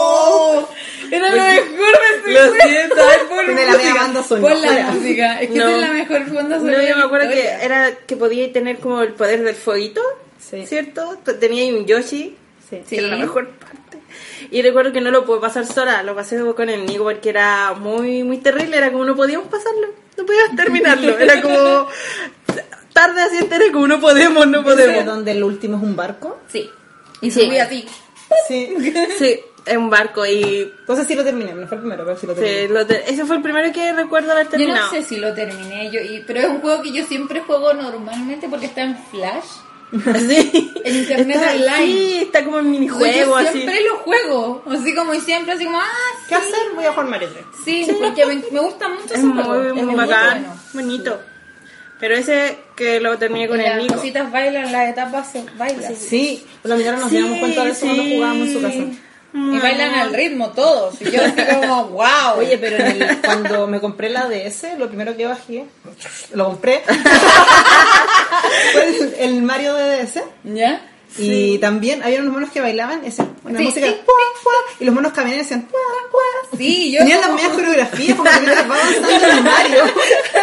Speaker 1: Era lo mejor
Speaker 4: este
Speaker 1: de
Speaker 3: Lo siento, ay, por-
Speaker 4: Tiene la media banda sonora.
Speaker 1: Pon la música. Es que
Speaker 3: No.
Speaker 1: esa es la mejor banda
Speaker 3: No,
Speaker 1: sonora
Speaker 3: yo
Speaker 1: de
Speaker 3: me acuerdo que
Speaker 1: historia.
Speaker 3: era que podía tener como el poder del fueguito,
Speaker 4: Sí.
Speaker 3: ¿cierto? Tenía ahí un Yoshi,
Speaker 4: Sí.
Speaker 3: que era la mejor parte. Y recuerdo que no lo pude pasar sola, lo pasé con el Nico porque era muy muy terrible, era como no podíamos pasarlo, no podíamos (laughs) terminarlo, era como tarde así entera como no podemos, no
Speaker 4: ¿Ese
Speaker 3: podemos.
Speaker 4: donde el último es un barco?
Speaker 1: Sí. Y
Speaker 3: Sí.
Speaker 1: subí a ti.
Speaker 4: Sí.
Speaker 3: Sí, en un barco y
Speaker 4: Entonces sí lo terminé, no fue el primero, pero sí lo
Speaker 3: sí,
Speaker 4: terminé.
Speaker 3: lo te- ese fue el primero que recuerdo haber
Speaker 1: Yo no
Speaker 3: terminado.
Speaker 1: sé si lo terminé, yo, y- pero es un juego que yo siempre juego normalmente porque está en Flash.
Speaker 3: (laughs) Sí.
Speaker 1: En internet
Speaker 3: Está-
Speaker 1: online.
Speaker 3: Sí, está como en minijuego
Speaker 1: yo
Speaker 3: así.
Speaker 1: siempre lo juego, así como y siempre, así como, ah,
Speaker 4: ¿Qué hacer? Voy a jugar Mario 3.
Speaker 1: sí, porque me, me gusta mucho
Speaker 3: Es
Speaker 1: ese
Speaker 3: muy,
Speaker 1: juego.
Speaker 3: muy,
Speaker 1: es
Speaker 3: bacán,
Speaker 1: bueno.
Speaker 3: bonito. Pero ese que lo terminé con
Speaker 1: Y
Speaker 3: el
Speaker 1: las
Speaker 3: Nico.
Speaker 1: cositas bailan, las etapas se bailan.
Speaker 4: Sí, la mitad nos dábamos cuenta de eso cuando jugábamos en su casa.
Speaker 1: Y bailan al ritmo todos. Y yo así
Speaker 3: (laughs)
Speaker 1: como, wow.
Speaker 4: Oye, pero en el- cuando me compré la DS, lo primero que bajé,
Speaker 1: (laughs)
Speaker 4: lo compré, fue el, el Mario de DS.
Speaker 1: ¿ya?
Speaker 4: Y también había unos monos que bailaban, ese, una
Speaker 1: Sí,
Speaker 4: música,
Speaker 1: sí,
Speaker 4: ¡pua, pua! y los monos caminaban y decían, ¡pua, pua!
Speaker 1: Sí, yo.
Speaker 4: Tenían las
Speaker 1: como-
Speaker 4: mismas coreografías, porque mientras va avanzando el Mario,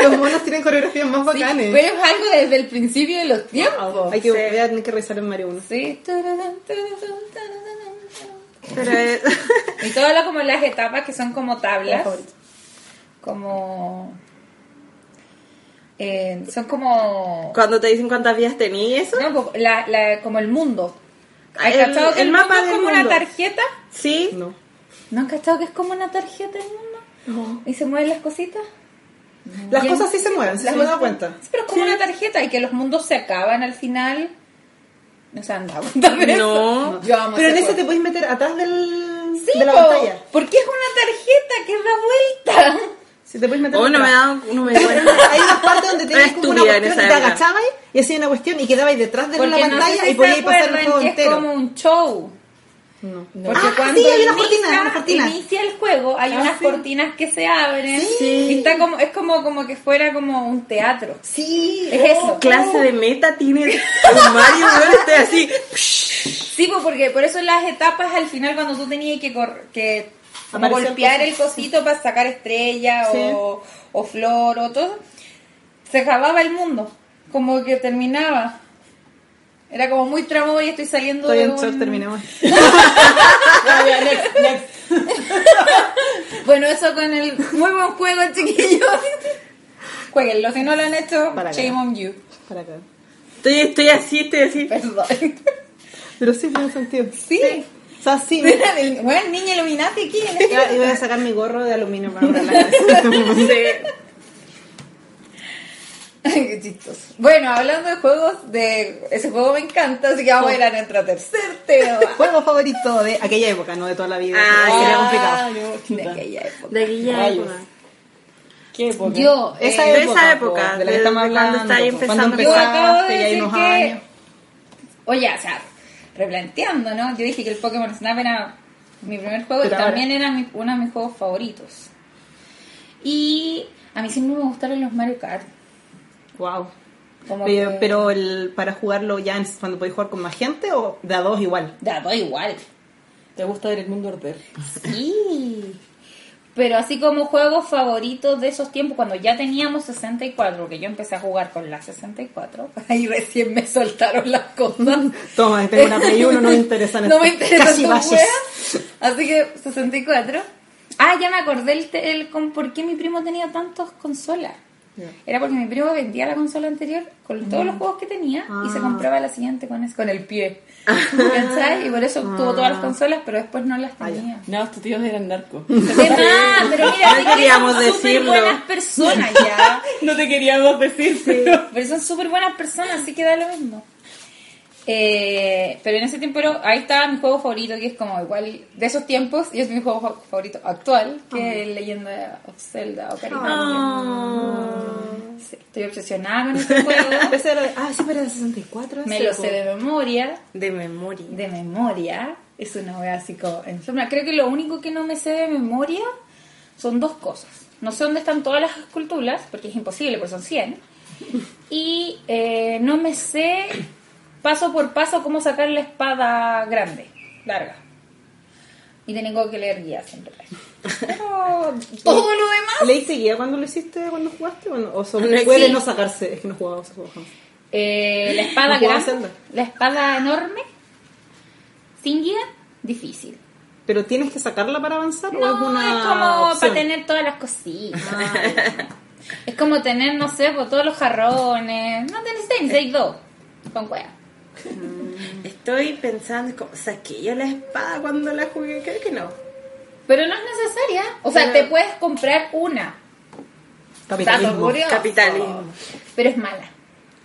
Speaker 4: los monos tienen coreografías más
Speaker 1: sí,
Speaker 3: ¿eh?
Speaker 4: bacanes.
Speaker 1: pero es algo desde el principio de los tiempos.
Speaker 4: Hay que,
Speaker 3: Sí.
Speaker 4: voy a tener que revisar en Mario 1.
Speaker 1: Sí. Tararán, tararán, tararán. (laughs)
Speaker 3: Pero es-
Speaker 1: Y todas las como las etapas que son como
Speaker 4: Mi
Speaker 1: tablas.
Speaker 4: favorito.
Speaker 1: Como. eh, son como.
Speaker 3: cuando te dicen cuántas vidas tenía y eso.
Speaker 1: No, po- la, la- como el mundo. ¿Has
Speaker 3: El-
Speaker 1: cachado que
Speaker 3: el
Speaker 1: el
Speaker 3: mapa
Speaker 1: mundo es
Speaker 3: del
Speaker 1: como
Speaker 3: mundo.
Speaker 1: una tarjeta?
Speaker 3: Sí.
Speaker 4: No.
Speaker 1: ¿No han cachado que es como una tarjeta el mundo? ¿Y se mueven las cositas?
Speaker 4: Las
Speaker 1: Bien.
Speaker 4: cosas sí se mueven, si se
Speaker 1: Las
Speaker 4: me han dado
Speaker 1: cosas-
Speaker 4: cuenta.
Speaker 1: Sí, pero es como una tarjeta y que los mundos se acaban al final. No se han dado cuenta de (laughs) eso.
Speaker 3: No.
Speaker 1: Yo amo
Speaker 4: Pero en
Speaker 1: ese
Speaker 4: ese te
Speaker 1: juego.
Speaker 4: puedes meter atrás del,
Speaker 1: Sí,
Speaker 4: de la
Speaker 1: po,
Speaker 4: pantalla.
Speaker 1: porque es una tarjeta que da vuelta.
Speaker 4: Si te puedes meter
Speaker 3: Oh, no me
Speaker 4: atrás.
Speaker 3: da, no me da
Speaker 1: (laughs)
Speaker 3: cuenta.
Speaker 4: Hay unas
Speaker 3: (laughs)
Speaker 4: partes donde tenías
Speaker 3: Era
Speaker 4: como una
Speaker 3: estúpida en
Speaker 4: cuestión y
Speaker 3: esa
Speaker 4: te
Speaker 3: época.
Speaker 4: agachabas y hacías una cuestión y quedabas detrás de
Speaker 1: Porque
Speaker 4: la
Speaker 1: no sé
Speaker 4: pantalla
Speaker 1: si
Speaker 4: y
Speaker 1: se
Speaker 4: podías pasar el
Speaker 1: acuerdan
Speaker 4: juego
Speaker 1: que
Speaker 4: entero.
Speaker 1: Es como un show.
Speaker 4: No.
Speaker 1: Porque
Speaker 4: Ah,
Speaker 1: cuando
Speaker 4: sí, hay una
Speaker 1: inicia,
Speaker 4: cortina, hay una cortina.
Speaker 1: inicia el juego, hay unas cortinas que se abren.
Speaker 3: Sí.
Speaker 1: Y está como, es como, como que fuera como un teatro.
Speaker 4: Sí.
Speaker 1: Es eso.
Speaker 3: clase de meta tiene un Mario weón, este así.
Speaker 1: Sí, pues, porque por eso las etapas al final cuando tú tenías que, cor- que Como
Speaker 4: Apareció el
Speaker 1: golpear el cosito para sacar estrella
Speaker 4: Sí.
Speaker 1: o, o flor o todo. Se acababa el mundo. Como que terminaba. Era como muy tramo y estoy saliendo
Speaker 4: (laughs) Estoy
Speaker 1: de
Speaker 4: en
Speaker 1: un-
Speaker 4: shock, terminemos.
Speaker 2: Ya, ya, next, next.
Speaker 1: Bueno, eso con el muy buen juego,
Speaker 4: (laughs)
Speaker 1: chiquillos. Jueguenlo, si no lo han hecho,
Speaker 4: Para acá.
Speaker 1: shame on you.
Speaker 4: Para acá.
Speaker 3: Estoy, estoy así, estoy así.
Speaker 1: Perdón.
Speaker 4: Pero sí tiene sentido.
Speaker 1: Sí. (laughs)
Speaker 4: O sea, sí.
Speaker 1: Era del- Bueno, niña Illuminati aquí. en este-
Speaker 4: Ya, y voy a sacar mi gorro de aluminio para ahorrar la cabeza.
Speaker 1: (laughs) Ay, qué chistoso. Bueno, hablando de juegos, de ese juego me encanta, así que vamos a
Speaker 4: Oh.
Speaker 1: ir a nuestro tercer
Speaker 4: (laughs)
Speaker 1: tema.
Speaker 4: (laughs) Juego favorito de aquella época, no de toda la vida.
Speaker 3: Ah,
Speaker 4: porque sería
Speaker 3: ya.
Speaker 4: complicado.
Speaker 1: De aquella época.
Speaker 3: De aquella
Speaker 2: Rayos.
Speaker 3: época.
Speaker 2: ¿Qué época?
Speaker 1: Yo, eh,
Speaker 4: Esa
Speaker 3: Oh, de
Speaker 4: época,
Speaker 3: esa
Speaker 4: po,
Speaker 3: época,
Speaker 4: de la que
Speaker 3: de-
Speaker 4: estamos
Speaker 3: de cuando
Speaker 4: hablando.
Speaker 3: estáis
Speaker 4: po, cuando
Speaker 3: empezando.
Speaker 1: yo acabo de
Speaker 4: empezaste, ya hay
Speaker 1: decir
Speaker 4: unos
Speaker 1: que.
Speaker 4: años.
Speaker 1: Oye, o sea, replanteando, ¿no? Yo dije que el Pokémon Snap era mi primer juego
Speaker 4: Pero
Speaker 1: y
Speaker 4: ahora-
Speaker 1: también era mi- uno de mis juegos favoritos. Y a mí siempre me gustaron los Mario Kart.
Speaker 4: Wow.
Speaker 1: Como
Speaker 4: Pero,
Speaker 1: que-
Speaker 4: pero el, para jugarlo ya en- cuando podéis jugar con más gente o de a dos igual.
Speaker 1: Da, da igual.
Speaker 2: ¿Te gusta ver el mundo arder?
Speaker 1: Sí. Pero así como juegos favoritos de esos tiempos, cuando ya teníamos 64, que yo empecé a jugar con la 64, (laughs) ahí recién me soltaron las cosas.
Speaker 4: Toma, (laughs) tengo una Play uno, no me interesan
Speaker 1: (laughs) No me
Speaker 4: estas
Speaker 1: interesan
Speaker 4: casi
Speaker 1: tus
Speaker 4: valles.
Speaker 1: weas. Así que 64. Ah, ya me acordé el, te- el con por qué mi primo tenía tantas consolas. Era porque mi primo vendía la consola anterior con todos los juegos que tenía y
Speaker 4: Ah.
Speaker 1: se compraba la siguiente con, es- con el
Speaker 4: (laughs)
Speaker 1: pie. ¿Cachai? Y por eso tuvo todas
Speaker 4: Ah.
Speaker 1: las consolas, pero después no las tenía.
Speaker 2: No, tus tíos eran (laughs) narcos.
Speaker 1: (laughs) ¿Qué más? Pero mira, sí
Speaker 3: No
Speaker 1: que
Speaker 3: queríamos
Speaker 1: son súper
Speaker 3: decirlo.
Speaker 1: buenas personas
Speaker 3: (laughs)
Speaker 1: ya.
Speaker 2: No te queríamos decir, pero...
Speaker 1: Pero son súper buenas personas, así que da lo mismo. Eh, pero en ese tiempo era- ahí estaba mi juego favorito, que es como igual de esos tiempos, y es mi juego fa- favorito actual, que
Speaker 3: Ah.
Speaker 1: es Leyenda of Zelda o
Speaker 3: Ah.
Speaker 1: Estoy obsesionada con
Speaker 3: (laughs)
Speaker 1: ese juego,
Speaker 4: Ese era de- ah, sí, pero era de 64.
Speaker 1: me
Speaker 4: ese,
Speaker 1: lo
Speaker 4: po.
Speaker 1: sé de memoria,
Speaker 3: De memoria.
Speaker 1: de memoria, es una wea así como enferma. Creo que lo único que no me sé de memoria son dos cosas. No sé dónde están todas las esculturas, porque es imposible, porque son 100. Y eh, no me sé paso por paso cómo sacar la espada grande, larga. Y tengo que leer guías siempre. Pero todo lo demás.
Speaker 4: ¿Ley seguía cuando lo hiciste, cuando jugaste? ¿O, no? ¿O son-
Speaker 3: No existe.
Speaker 4: puede no sacarse? Es que no jugaba esos juegos jamás.
Speaker 1: eh, la espada
Speaker 4: No jugaba
Speaker 1: grande,
Speaker 4: Zelda.
Speaker 1: la espada enorme, sin guía, difícil.
Speaker 4: ¿Pero tienes que sacarla para avanzar o
Speaker 1: No,
Speaker 4: es una
Speaker 1: es como
Speaker 4: opción?
Speaker 1: para tener todas las cositas. es como tener, no sé, por todos los jarrones. No tenés seis, seis dos. Con cueva.
Speaker 3: Estoy pensando, como, ¿saqué yo la espada cuando la jugué? Creo
Speaker 1: (laughs)
Speaker 3: que no.
Speaker 1: Pero no es necesaria. O sea, te puedes comprar una. Dato
Speaker 4: Capitalismo.
Speaker 1: curioso.
Speaker 3: Capitalismo.
Speaker 1: Pero es mala.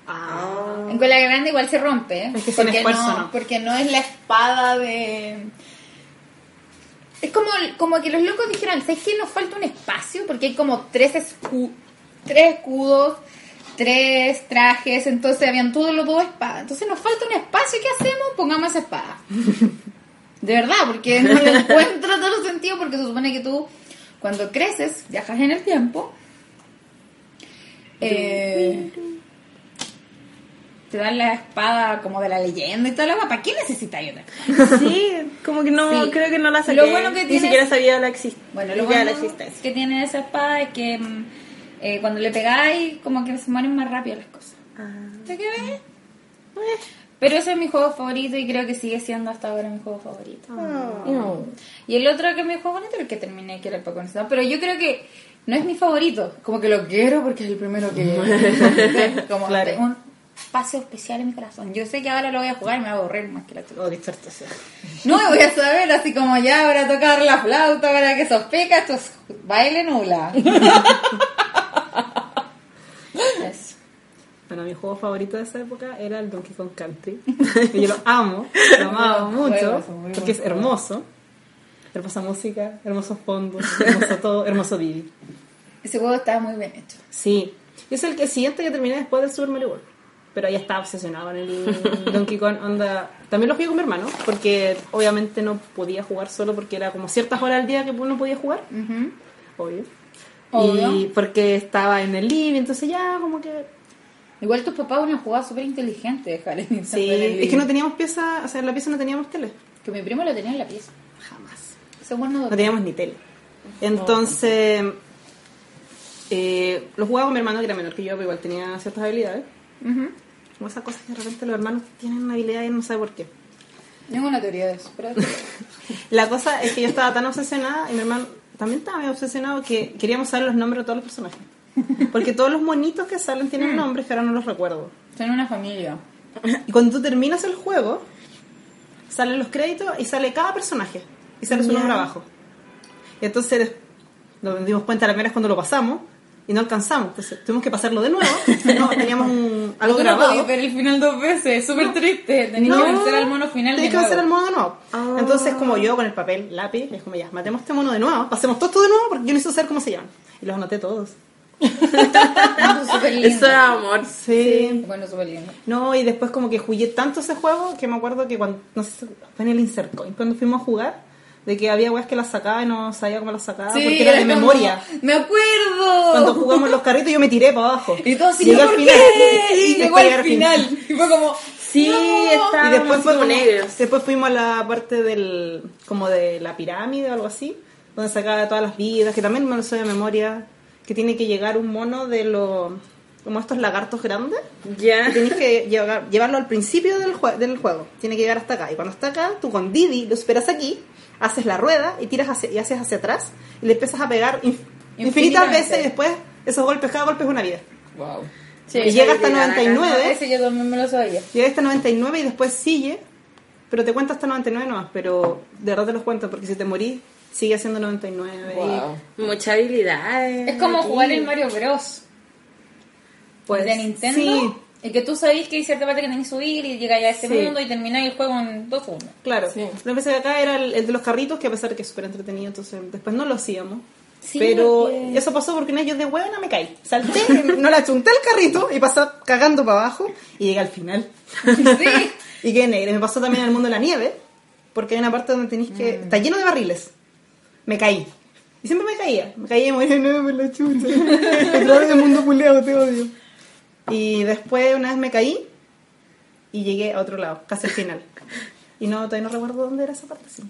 Speaker 4: Ah,
Speaker 1: En cola grande igual se rompe. ¿eh?
Speaker 4: Es que sin
Speaker 1: porque
Speaker 4: esfuerzo,
Speaker 1: no,
Speaker 4: ¿no?
Speaker 1: Porque no es la espada de. Es como, como que los locos dijeron, ¿sabes qué? Nos falta un espacio porque hay como tres, escu- tres escudos, tres trajes, entonces habían todo lo todo espada. Entonces nos falta un espacio, ¿qué hacemos? Pongamos esa
Speaker 4: (laughs)
Speaker 1: espada. De verdad, porque no le encuentro todo sentido porque se supone que tú cuando creces, viajas en el tiempo, eh, te dan la espada como de la leyenda y todo lo demás. ¿Para qué necesitas otra?
Speaker 3: Sí, como que no,
Speaker 1: Sí.
Speaker 3: creo que no la saqué.
Speaker 1: Lo bueno que
Speaker 3: Ni
Speaker 1: tienes-
Speaker 3: siquiera sabía la, exist-
Speaker 1: Bueno, lo
Speaker 3: ya
Speaker 1: bueno
Speaker 3: la existencia.
Speaker 1: que tiene esa espada es que mm, eh, cuando le pegáis, como que se mueren más rápido las cosas. ¿Te quedé? Pero ese es mi juego favorito y creo que sigue siendo hasta ahora mi juego favorito. Ah.
Speaker 2: No.
Speaker 1: Y el otro que es mi juego favorito, el que terminé, que era el Pokémon Snap. Pero yo creo que no es mi favorito. Como que lo quiero porque es el primero que... como
Speaker 4: Claro.
Speaker 1: tengo un paso especial en mi corazón. Yo sé que ahora lo voy a jugar y me va a aburrir más que la chucha.
Speaker 4: o dispertarse.
Speaker 1: No me voy a saber, así como ya ahora tocar la flauta, ahora que sospeca, esto es baile nula. Eso.
Speaker 4: Bueno, mi juego favorito de esa época era el Donkey Kong
Speaker 1: (laughs)
Speaker 4: Country. Y yo lo amo, lo amaba
Speaker 1: Muy buen juego,
Speaker 4: mucho,
Speaker 1: muy buen
Speaker 4: porque es
Speaker 1: juego.
Speaker 4: hermoso. Hermosa música, hermosos fondos, hermoso todo, hermoso Vivi.
Speaker 1: Ese juego estaba muy bien hecho.
Speaker 4: Sí. Y es el que siguiente que terminé después del Super Mario World. Pero ahí estaba obsesionado
Speaker 1: (laughs)
Speaker 4: con el Donkey Kong onda. También lo jugué con mi hermano, porque obviamente no podía jugar solo porque era como ciertas horas al día que uno podía jugar.
Speaker 1: Ujú.
Speaker 4: Obvio. Y
Speaker 1: Obvio.
Speaker 4: porque estaba en el living, entonces ya como que
Speaker 1: Igual tus papás una jugada súper inteligente dejar el Nintendo
Speaker 4: Sí,
Speaker 1: en el
Speaker 4: es que no
Speaker 1: living.
Speaker 4: teníamos pieza, o sea, en la pieza no teníamos tele.
Speaker 1: Que mi primo lo tenía en la pieza.
Speaker 4: Jamás.
Speaker 1: Sí, Somos
Speaker 4: no
Speaker 1: nosotros.
Speaker 4: teníamos ni tele. Entonces, eh, lo jugaba con mi hermano que era menor que yo, pero igual tenía ciertas habilidades.
Speaker 1: Ujú.
Speaker 4: Como esas cosas que de repente los hermanos tienen habilidades y no sabe por qué.
Speaker 1: Tengo una teoría de (laughs) eso. pero-
Speaker 4: La cosa es que yo estaba tan obsesionada y mi hermano también estaba medio obsesionado que queríamos saber los nombres de todos los personajes. Porque todos los monitos que salen tienen nombres que ahora no los recuerdo.
Speaker 1: Son una familia.
Speaker 4: Y cuando tú terminas el juego, salen los créditos y sale cada personaje. Y sale su nombre abajo. Y entonces nos dimos cuenta la primera vez cuando lo pasamos y no alcanzamos. Entonces tuvimos que pasarlo de nuevo.
Speaker 1: (laughs)
Speaker 4: No, teníamos un- algo
Speaker 1: Tú no
Speaker 4: grabado.
Speaker 1: podías ver el final dos veces, es súper triste. Tenías que vencer al mono final.
Speaker 4: Tenías
Speaker 1: de
Speaker 4: que vencer al
Speaker 1: nuevo. Ah.
Speaker 4: mono de nuevo. Entonces, como yo con el papel, lápiz, es como ya, matemos este mono de nuevo, pasemos todo esto de nuevo porque yo necesito saber cómo se llaman. Y los anoté todos.
Speaker 1: Eso es (laughs) súper lindo.
Speaker 3: Eso era amor.
Speaker 4: Sí.
Speaker 1: Bueno, súper lindo.
Speaker 4: No, y después como que jugué tanto ese juego que me acuerdo que cuando, no sé, fue en el Insercoin, cuando fuimos a jugar, de que había weas que las sacaba y no sabía cómo las
Speaker 1: Ah,
Speaker 4: sacaba porque
Speaker 1: (laughs)
Speaker 4: era de
Speaker 1: como,
Speaker 4: memoria.
Speaker 1: ¡Me acuerdo!
Speaker 4: Cuando jugamos los carritos yo me tiré para abajo.
Speaker 1: Y todo así,
Speaker 4: Llegué
Speaker 1: ¿por
Speaker 4: al
Speaker 1: qué?
Speaker 4: final.
Speaker 1: (laughs) Y llegó
Speaker 4: Llegué
Speaker 1: al final. Y fue como,
Speaker 3: Sí,
Speaker 4: Y
Speaker 3: estábamos
Speaker 4: después, fue
Speaker 3: como
Speaker 4: como-
Speaker 3: negros.
Speaker 4: después fuimos a la parte del, como de la pirámide o algo así, donde sacaba todas las vidas, que también me lo sé de memoria, que tiene que llegar un mono de los, como estos lagartos grandes,
Speaker 3: Ya.
Speaker 4: que tienes que llevar- llevarlo al principio del, jue- del juego, tiene que llegar hasta acá, y cuando está acá, tú con Didi lo esperas aquí, haces la rueda y tiras hacia- y haces hacia atrás, y le empiezas a pegar inf- infinitas
Speaker 1: Infinitamente.
Speaker 4: veces, y después esos golpes, cada golpe es una vida.
Speaker 2: Wow.
Speaker 1: Sí,
Speaker 4: y llega ¿eh? hasta
Speaker 3: llegar acá.
Speaker 4: 99.
Speaker 1: ese yo también me lo sabía.
Speaker 4: Llegué hasta 99 y después sigue, pero te cuenta hasta 99 nomás, pero de verdad te los cuento porque si te morís sigue siendo 99
Speaker 2: Wow.
Speaker 3: Mucha habilidad. eh.
Speaker 1: Es como jugar el Mario Bros.
Speaker 4: Pues,
Speaker 1: de Nintendo.
Speaker 4: sí.
Speaker 1: Y que tú sabís que hay cierta parte que tenés que subir y llegáis a ese
Speaker 4: Sí.
Speaker 1: mundo y termináis el juego en dos (laughs) segundos.
Speaker 4: y claro.
Speaker 2: Sí.
Speaker 4: Lo que se ve acá era el, el de los carritos que a pesar que es súper entretenido, entonces después no lo hacíamos.
Speaker 1: Sí,
Speaker 4: pero
Speaker 1: porque-
Speaker 4: eso pasó porque una vez yo de huevona me caí. Salté, (laughs) no la chunté el carrito y pasé cagando para abajo y llegué al final.
Speaker 1: Sí.
Speaker 4: (laughs) Y que negro. Me pasó también en el mundo de la nieve, porque hay una parte donde tenéis que. Está lleno de barriles. Me caí. Y siempre me caía. Me caía y moría de nuevo por la chucha. Otra vez el mundo puleado, te odio. Y después una vez me caí y llegué a otro lado, casi al final. Y no, todavía no recuerdo dónde era esa parte. Sí.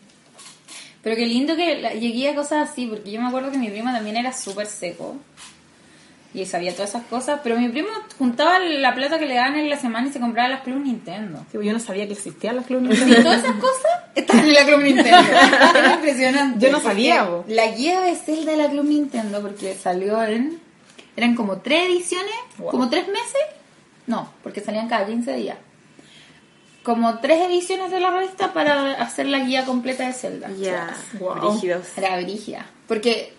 Speaker 1: Pero qué lindo que la- llegué a cosas así, porque yo me acuerdo que mi prima también era súper seco. Y sabía todas esas cosas, pero mi primo juntaba la plata que le daban en la semana y se compraba las Club Nintendo.
Speaker 4: Sí, pues yo no sabía que existían las clubes.
Speaker 1: Y (laughs) todas esas cosas están en la Club Nintendo. (laughs) Es impresionante.
Speaker 4: Yo no sabía,
Speaker 1: porque
Speaker 4: vos.
Speaker 1: La guía de Zelda de la Club Nintendo, porque salió en. Eran como tres ediciones,
Speaker 4: Wow.
Speaker 1: como tres meses. No, porque salían cada 15 días. Como tres ediciones de la revista para hacer la guía completa de Zelda.
Speaker 3: Ya.
Speaker 4: Wow.
Speaker 3: Rígidos.
Speaker 1: Era brígida. Porque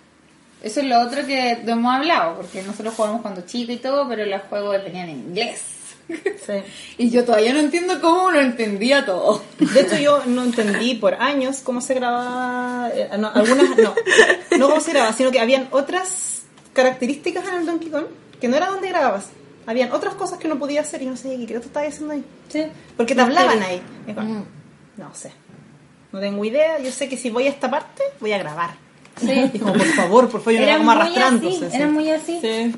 Speaker 1: eso es lo otro que no hemos hablado, porque nosotros jugamos cuando chico y todo, pero los juegos venían en inglés.
Speaker 4: Sí.
Speaker 1: Y yo todavía no entiendo cómo lo entendía todo.
Speaker 4: De hecho, yo no entendí por años cómo se grababa. eh, no, algunas no. No cómo se grababa, sino que habían otras características en el Donkey Kong que no era donde grababas. Habían otras cosas que no podía hacer y no sé qué creo que estabas haciendo ahí.
Speaker 1: Sí. Mm.
Speaker 4: Porque te hablaban ahí. Y como, No sé. No tengo idea. Yo sé que si voy a esta parte, voy a grabar. (laughs) Y como, por favor, por favor, yo no era
Speaker 1: Eran
Speaker 4: como
Speaker 1: muy
Speaker 4: arrastrando.
Speaker 1: así,
Speaker 4: sí, sí.
Speaker 1: eran muy así.
Speaker 2: Sí.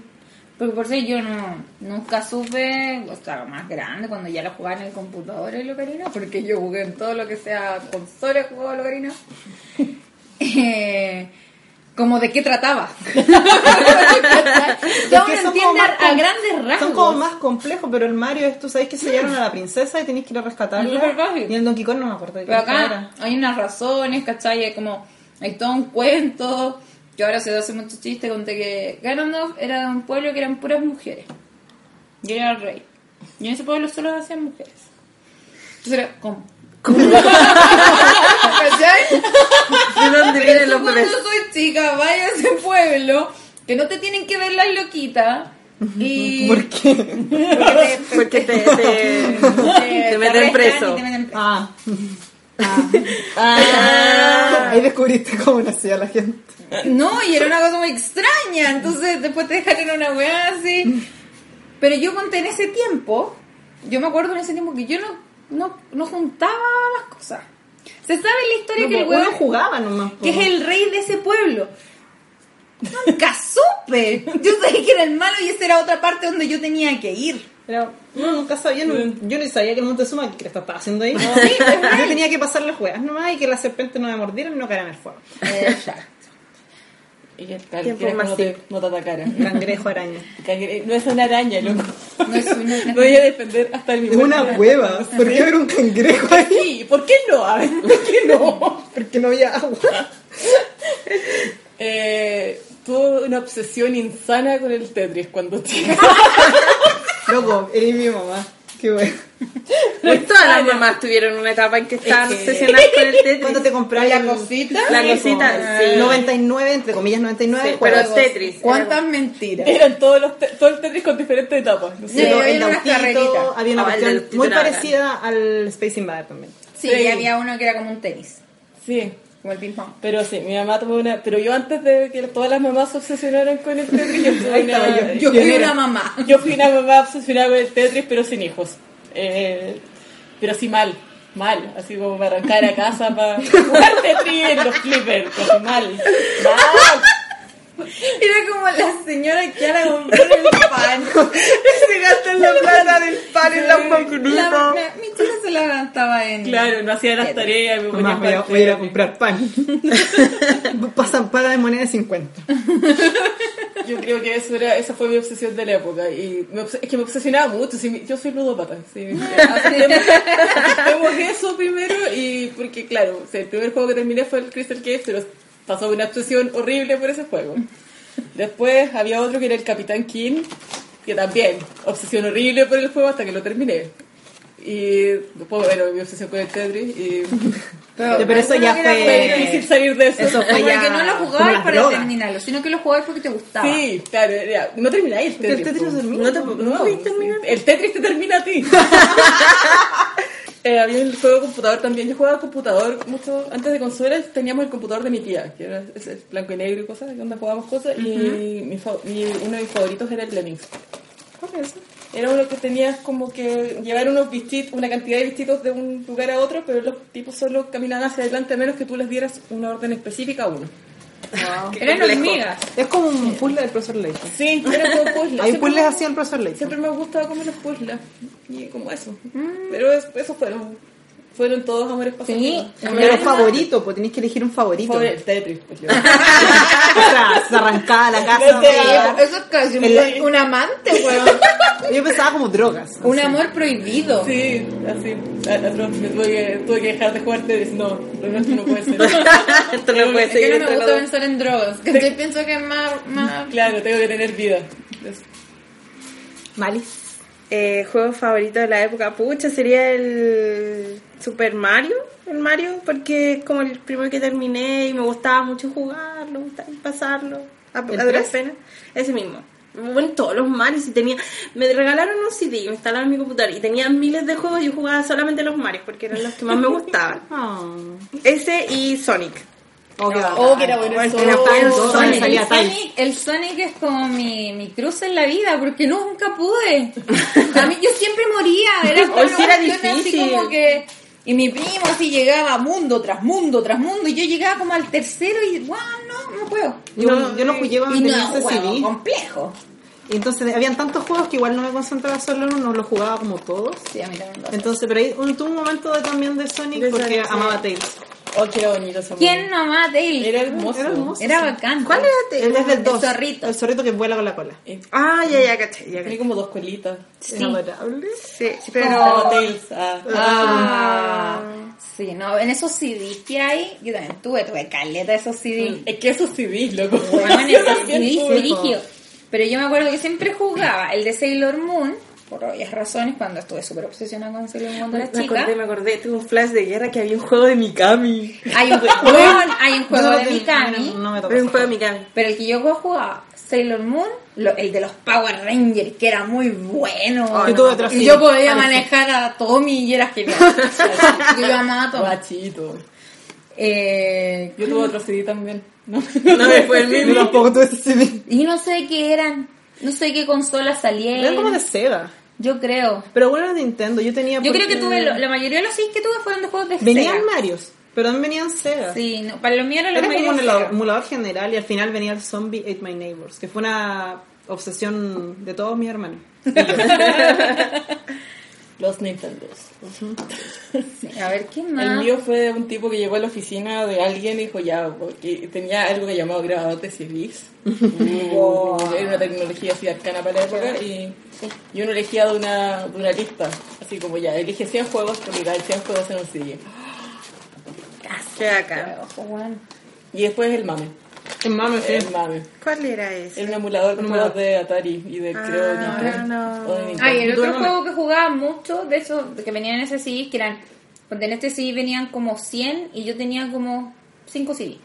Speaker 1: Porque por eso yo no, nunca supe, o sea, más grande, cuando ya lo jugaba en el computador el Ocarina, porque yo jugué en todo lo que sea consola, jugaba el Ocarina. (laughs) Eh, como de qué
Speaker 4: (laughs)
Speaker 1: trataba. yo
Speaker 4: Es
Speaker 1: no
Speaker 4: que son como
Speaker 1: entiendo
Speaker 4: más
Speaker 1: a
Speaker 4: com-
Speaker 1: grandes rasgos.
Speaker 4: Son como más complejos, pero el Mario es, tú sabes que se llevaron a la princesa y tenés que ir
Speaker 1: (laughs)
Speaker 4: a
Speaker 1: Es súper
Speaker 4: rescatarla.
Speaker 1: fácil.
Speaker 4: Y el Donkey Kong no me acuerdo de qué
Speaker 1: Pero acá
Speaker 4: era.
Speaker 1: hay unas razones, ¿cachai? Hay como, hay todo un cuento. Yo ahora se hace mucho chiste, conté que Ganondorf era de un pueblo que eran puras mujeres. Y era el rey. Y en ese pueblo solo hacían mujeres. Entonces era como... (laughs) ¿Cachai?
Speaker 3: ¿De
Speaker 2: (laughs)
Speaker 3: dónde vienen
Speaker 1: Pero
Speaker 3: los
Speaker 1: tú
Speaker 3: bebés?
Speaker 1: cuando soy chica, vaya a ese pueblo, que no te tienen que ver las loquitas. Y...
Speaker 4: ¿Por qué?
Speaker 1: Porque te-
Speaker 3: (laughs) Porque te, te,
Speaker 1: te-
Speaker 3: (laughs) te meten
Speaker 1: arrestan
Speaker 3: preso.
Speaker 1: y te meten preso.
Speaker 4: Ah. (laughs)
Speaker 3: Ah.
Speaker 1: Ah.
Speaker 4: Ahí descubriste cómo nacía la gente.
Speaker 1: No, y era una cosa muy extraña. Entonces después te dejaron una weá así. Pero yo conté en ese tiempo, yo me acuerdo en ese tiempo que yo no, no, no juntaba las cosas. Se sabe la historia que el
Speaker 4: uno
Speaker 1: weón
Speaker 4: jugaba nomás.
Speaker 1: que es el rey de ese pueblo. (laughs) Nunca supe. Yo sabía que era el malo y esa era otra parte donde yo tenía que ir.
Speaker 4: Era, no, nunca sabía, no- yo ni sabía que el Montezuma que esto estaba haciendo (laughs) ahí. yo tenía que pasar las juegas nomás y que las serpientes no me mordieran y no caeran al fuego.
Speaker 2: Y el cangrejo
Speaker 3: Tiempo
Speaker 2: no te, no te atacara.
Speaker 4: Cangrejo araña.
Speaker 2: Cangre- No es una araña, loco. (laughs)
Speaker 1: No es una-
Speaker 2: Voy a defender hasta el
Speaker 4: Es
Speaker 2: mismo.
Speaker 4: una hueva. ¿Por qué haber un cangrejo ahí?
Speaker 2: Sí, ¿por qué no? A ver, ¿por qué no? (laughs)
Speaker 4: Porque no había agua.
Speaker 2: Eh, tuve una obsesión insana con el Tetris cuando chica.
Speaker 4: Loco, eres mi mamá. Qué bueno.
Speaker 3: Pues todas
Speaker 1: Ah,
Speaker 3: las mamás tuvieron una etapa en que estaban
Speaker 4: que-
Speaker 3: obsesionadas con
Speaker 1: (laughs)
Speaker 3: el Tetris.
Speaker 4: ¿Cuándo te compras
Speaker 2: La cosita.
Speaker 3: La
Speaker 4: Sí,
Speaker 3: cosita,
Speaker 4: po.
Speaker 3: sí.
Speaker 4: 99, entre comillas 99,
Speaker 3: Sí,
Speaker 4: juegos.
Speaker 3: pero Tetris.
Speaker 1: ¿Cuántas mentiras?
Speaker 2: Eran todos los te- todo el Tetris con diferentes etapas. No sé.
Speaker 1: Sí,
Speaker 4: Pero
Speaker 1: había
Speaker 4: el
Speaker 1: unas
Speaker 4: autito,
Speaker 1: carreritas.
Speaker 4: había una
Speaker 3: Ah, el
Speaker 4: cuestión
Speaker 3: del
Speaker 4: muy
Speaker 3: Titanaga.
Speaker 4: parecida al Space Invader también.
Speaker 1: Sí,
Speaker 2: Sí.
Speaker 1: y había uno que era como un tenis,
Speaker 2: Sí.
Speaker 1: como el ping pong.
Speaker 2: Pero sí, mi mamá tuvo una. Pero yo antes de que todas las mamás se obsesionaran con el Tetris, yo tuve una.
Speaker 1: Yo fui una mamá.
Speaker 2: Yo fui una mamá obsesionada con el Tetris, pero sin hijos. Eh, pero así mal, mal. Así como me arrancar a casa para jugar Tetris en los flippers. Así mal, mal.
Speaker 1: Era como la señora que ahora compró el
Speaker 2: (laughs)
Speaker 1: pan.
Speaker 3: se gastan la plata del pan en la
Speaker 1: La- la- mi chica se la gastaba en...
Speaker 2: Claro, no hacía las
Speaker 1: Tetris.
Speaker 2: tareas, me ponía
Speaker 4: Mamá, voy a,
Speaker 2: parte.
Speaker 4: voy a ir a comprar pan. Pasan paga de moneda de 50.
Speaker 2: Yo creo que eso era, esa fue mi obsesión de la época. Y me obs- es que me obsesionaba mucho. sí, yo soy ludópata. Sí,
Speaker 4: (laughs)
Speaker 2: (laughs) aceptemos, aceptemos eso primero. Y porque, claro, o sea, el primer juego que terminé fue el Crystal Cave, pero pasó una obsesión horrible por ese juego. Después había otro que era el Capitán King, que también, obsesión horrible por el juego hasta que lo terminé. Y después, bueno, mi obsesión con el Tetris. Y
Speaker 4: (laughs) Ya, pero eso
Speaker 1: creo
Speaker 4: ya
Speaker 1: que era
Speaker 4: fue-
Speaker 1: como-
Speaker 2: fue difícil salir de eso.
Speaker 4: Eso fue
Speaker 1: Como
Speaker 4: ya-
Speaker 1: que no lo
Speaker 4: como
Speaker 1: jugabas
Speaker 4: las
Speaker 1: para
Speaker 4: drogas.
Speaker 1: terminarlo, sino que lo jugabas porque te gustaba.
Speaker 2: Sí, claro, era- no termináis el
Speaker 4: Porque
Speaker 2: Tetris.
Speaker 4: el Tetris
Speaker 2: po.
Speaker 4: no termina.
Speaker 2: No te- no,
Speaker 3: podéis
Speaker 2: sí.
Speaker 3: terminar.
Speaker 2: El Tetris te termina a ti. (laughs) Eh, había el juego de computador también. Yo jugaba a computador mucho. Antes de consolas teníamos el computador de mi tía, que era ese blanco y negro y cosas, donde jugábamos cosas. Y mi fa- mi- uno de mis favoritos era el Lemmings. Era uno que tenías como que llevar unos bichitos, una cantidad de bichitos de un lugar a otro, pero los tipos solo caminaban hacia adelante a menos que tú les dieras una orden específica a uno.
Speaker 1: Wow.
Speaker 3: Qué
Speaker 1: Eran
Speaker 3: complejo.
Speaker 1: hormigas.
Speaker 4: Es como un puzzle del profesor Layton.
Speaker 2: Sí, era como puzzle.
Speaker 4: Hay
Speaker 2: Siempre
Speaker 4: puzzles
Speaker 2: me-
Speaker 4: así el profesor Layton.
Speaker 2: Siempre me ha gustado como los puzzles y como eso. Pero es- esos fueron fueron todos amores pasados.
Speaker 1: Sí.
Speaker 4: Pero favorito, pues tenés que elegir un favorito. (laughs)
Speaker 2: Por el Tetris. pues, yo.
Speaker 4: Ostras, se arrancaba la casa.
Speaker 2: Desde-
Speaker 4: a
Speaker 1: Eso es casi un,
Speaker 4: El-
Speaker 1: un amante, weón.
Speaker 4: jugar. Yo pensaba como drogas.
Speaker 1: un amor prohibido.
Speaker 2: Sí, así. La- la otra vez me tuve que, tuve que dejar de jugar Tetris. No, lo nuestro no puede ser.
Speaker 3: Esto no puede
Speaker 1: Es que
Speaker 3: seguir
Speaker 1: no me
Speaker 3: entre los
Speaker 1: gusta
Speaker 3: dos.
Speaker 1: pensar en drogas. Que yo pienso que es más... más...
Speaker 2: claro, tengo que tener vida. Es-
Speaker 4: Malis.
Speaker 3: Eh, juego favorito de la época, pucha, sería el Super Mario. El Mario, porque es como el primero que terminé y me gustaba mucho jugarlo, me gustaba pasarlo. A, a
Speaker 4: ¿El
Speaker 3: duras
Speaker 4: tres?
Speaker 3: penas. Ese mismo. Bueno, todos los Marios y tenía. Me regalaron un CD, me instalaron en mi computadora y tenía miles de juegos y yo jugaba solamente los Marios porque eran los que más me gustaban.
Speaker 4: (laughs) Oh,
Speaker 3: Ese y Sonic.
Speaker 4: qué
Speaker 2: Oh, que era bueno el
Speaker 4: Ah, Era tan-
Speaker 2: Sonic. Sonic.
Speaker 4: Sonic
Speaker 1: El
Speaker 4: salía tal.
Speaker 1: Sonic, el Sonic es como mi, mi cruz en la vida, porque nunca pude. A mí yo siempre moría, era,
Speaker 3: Hoy sí era
Speaker 1: una cuestión
Speaker 3: difícil.
Speaker 1: así como que... Y mi primo así llegaba mundo tras mundo tras mundo, y yo llegaba como al tercero y, wow, no, no puedo.
Speaker 4: Yo no, yo no jugué cuando
Speaker 1: Y no,
Speaker 4: tenía ese
Speaker 1: juego
Speaker 4: CD.
Speaker 1: complejo.
Speaker 4: Y Entonces, habían tantos juegos que igual no me concentraba solo en uno, los jugaba como todos.
Speaker 1: Sí, a mí también me pasa.
Speaker 4: Entonces, pero ahí un- tuve un momento de- también de Sonic
Speaker 3: De
Speaker 4: porque
Speaker 3: Sonic, sí.
Speaker 4: amaba a Tails.
Speaker 2: Oh, que era bonito ese
Speaker 1: ¿Quién no amaba a Tails?
Speaker 2: Era hermoso.
Speaker 4: Era hermoso.
Speaker 1: Era bacán.
Speaker 3: ¿Cuál era Tails?
Speaker 4: Él desde el
Speaker 1: El
Speaker 4: 2.
Speaker 1: zorrito.
Speaker 4: El zorrito que vuela con la cola.
Speaker 3: Ah, ya, ya, caché, ya,
Speaker 2: Eh, Tenía
Speaker 3: caché.
Speaker 2: como dos colitas.
Speaker 1: Sí.
Speaker 4: Era adorable.
Speaker 3: Sí, pero.
Speaker 2: Estaba Tails. ah.
Speaker 1: Ah, sí, no, en esos CDs que hay, yo también tuve, tuve caleta de esos CDs.
Speaker 3: Mm.
Speaker 2: Es que esos CDs, loco.
Speaker 1: Bueno, en
Speaker 2: (laughs) Yo
Speaker 1: esos
Speaker 2: también
Speaker 1: CDs,
Speaker 2: tuve.
Speaker 1: brígido. Pero yo me acuerdo que siempre jugaba el de Sailor Moon, por obvias razones, cuando estuve súper obsesionada con Sailor Moon cuando era
Speaker 3: Me
Speaker 1: chica.
Speaker 3: acordé, me acordé, tuve un flash de guerra que había un juego de Mikami.
Speaker 1: Hay un juego, hay un juego
Speaker 4: Yo no
Speaker 1: de
Speaker 4: ten-
Speaker 1: Mikami,
Speaker 4: No, no me tocó.
Speaker 3: Había un juego de Mikami.
Speaker 1: pero el que yo jugaba, Sailor Moon, lo- el de los Power Rangers, que era muy bueno.
Speaker 4: Yo
Speaker 1: ¿no?
Speaker 4: tuve otro
Speaker 1: y
Speaker 4: CD,
Speaker 1: yo podía
Speaker 4: parece.
Speaker 1: manejar a Tommy y era genial. yo amaba a Tommy.
Speaker 2: Guachito.
Speaker 1: Eh,
Speaker 2: Yo tuve otro CD también. No,
Speaker 3: (laughs) No me fue el
Speaker 4: Yo
Speaker 3: mismo.
Speaker 4: tampoco tuve ese CD.
Speaker 1: Y no sé qué eran, no sé qué consolas
Speaker 4: Era como
Speaker 1: salieron.
Speaker 4: de Sega.
Speaker 1: Yo creo.
Speaker 4: Pero bueno, de Nintendo. Yo tenía.
Speaker 1: Yo creo
Speaker 4: porque-
Speaker 1: que tuve, lo- la mayoría de los CDs que tuve fueron de juegos de
Speaker 4: Venían
Speaker 1: Sega.
Speaker 4: Marios, pero también venían Sega.
Speaker 1: Sí, no, para lo mío era
Speaker 4: Era
Speaker 1: la
Speaker 4: como
Speaker 1: mayoría
Speaker 4: un
Speaker 1: de
Speaker 4: elo-
Speaker 1: Sega.
Speaker 4: emulador
Speaker 1: (laughs)
Speaker 4: general y al final venía el Zombie Ate My Neighbors, que fue una obsesión de todos mis hermanos.
Speaker 3: Los Nintendos.
Speaker 1: Sí, a ver, ¿quién más?
Speaker 2: El mío fue de un tipo que llegó a la oficina de alguien y dijo ya, porque tenía algo que llamaba grabador de CDs. Wow. Era una tecnología así arcana para la época y, y uno elegía de una, de una lista, así como ya, elige 100 juegos, porque cada 100 juegos en un CD.
Speaker 3: Qué Ah, acá.
Speaker 1: Ojo, weón.
Speaker 2: Y después el mame.
Speaker 3: ¿Ah,
Speaker 4: Mames,
Speaker 2: El mame.
Speaker 3: ¿Cuál era ese?
Speaker 2: Era un emulador de juegos de Atari y de creo Nintendo. o de Nintendo.
Speaker 1: Ay, el otro
Speaker 4: Duérmame.
Speaker 1: juego que jugaba mucho de esos que venían en ese CD, que eran. Porque en este CD venían como 100 y yo tenía como 5 CD.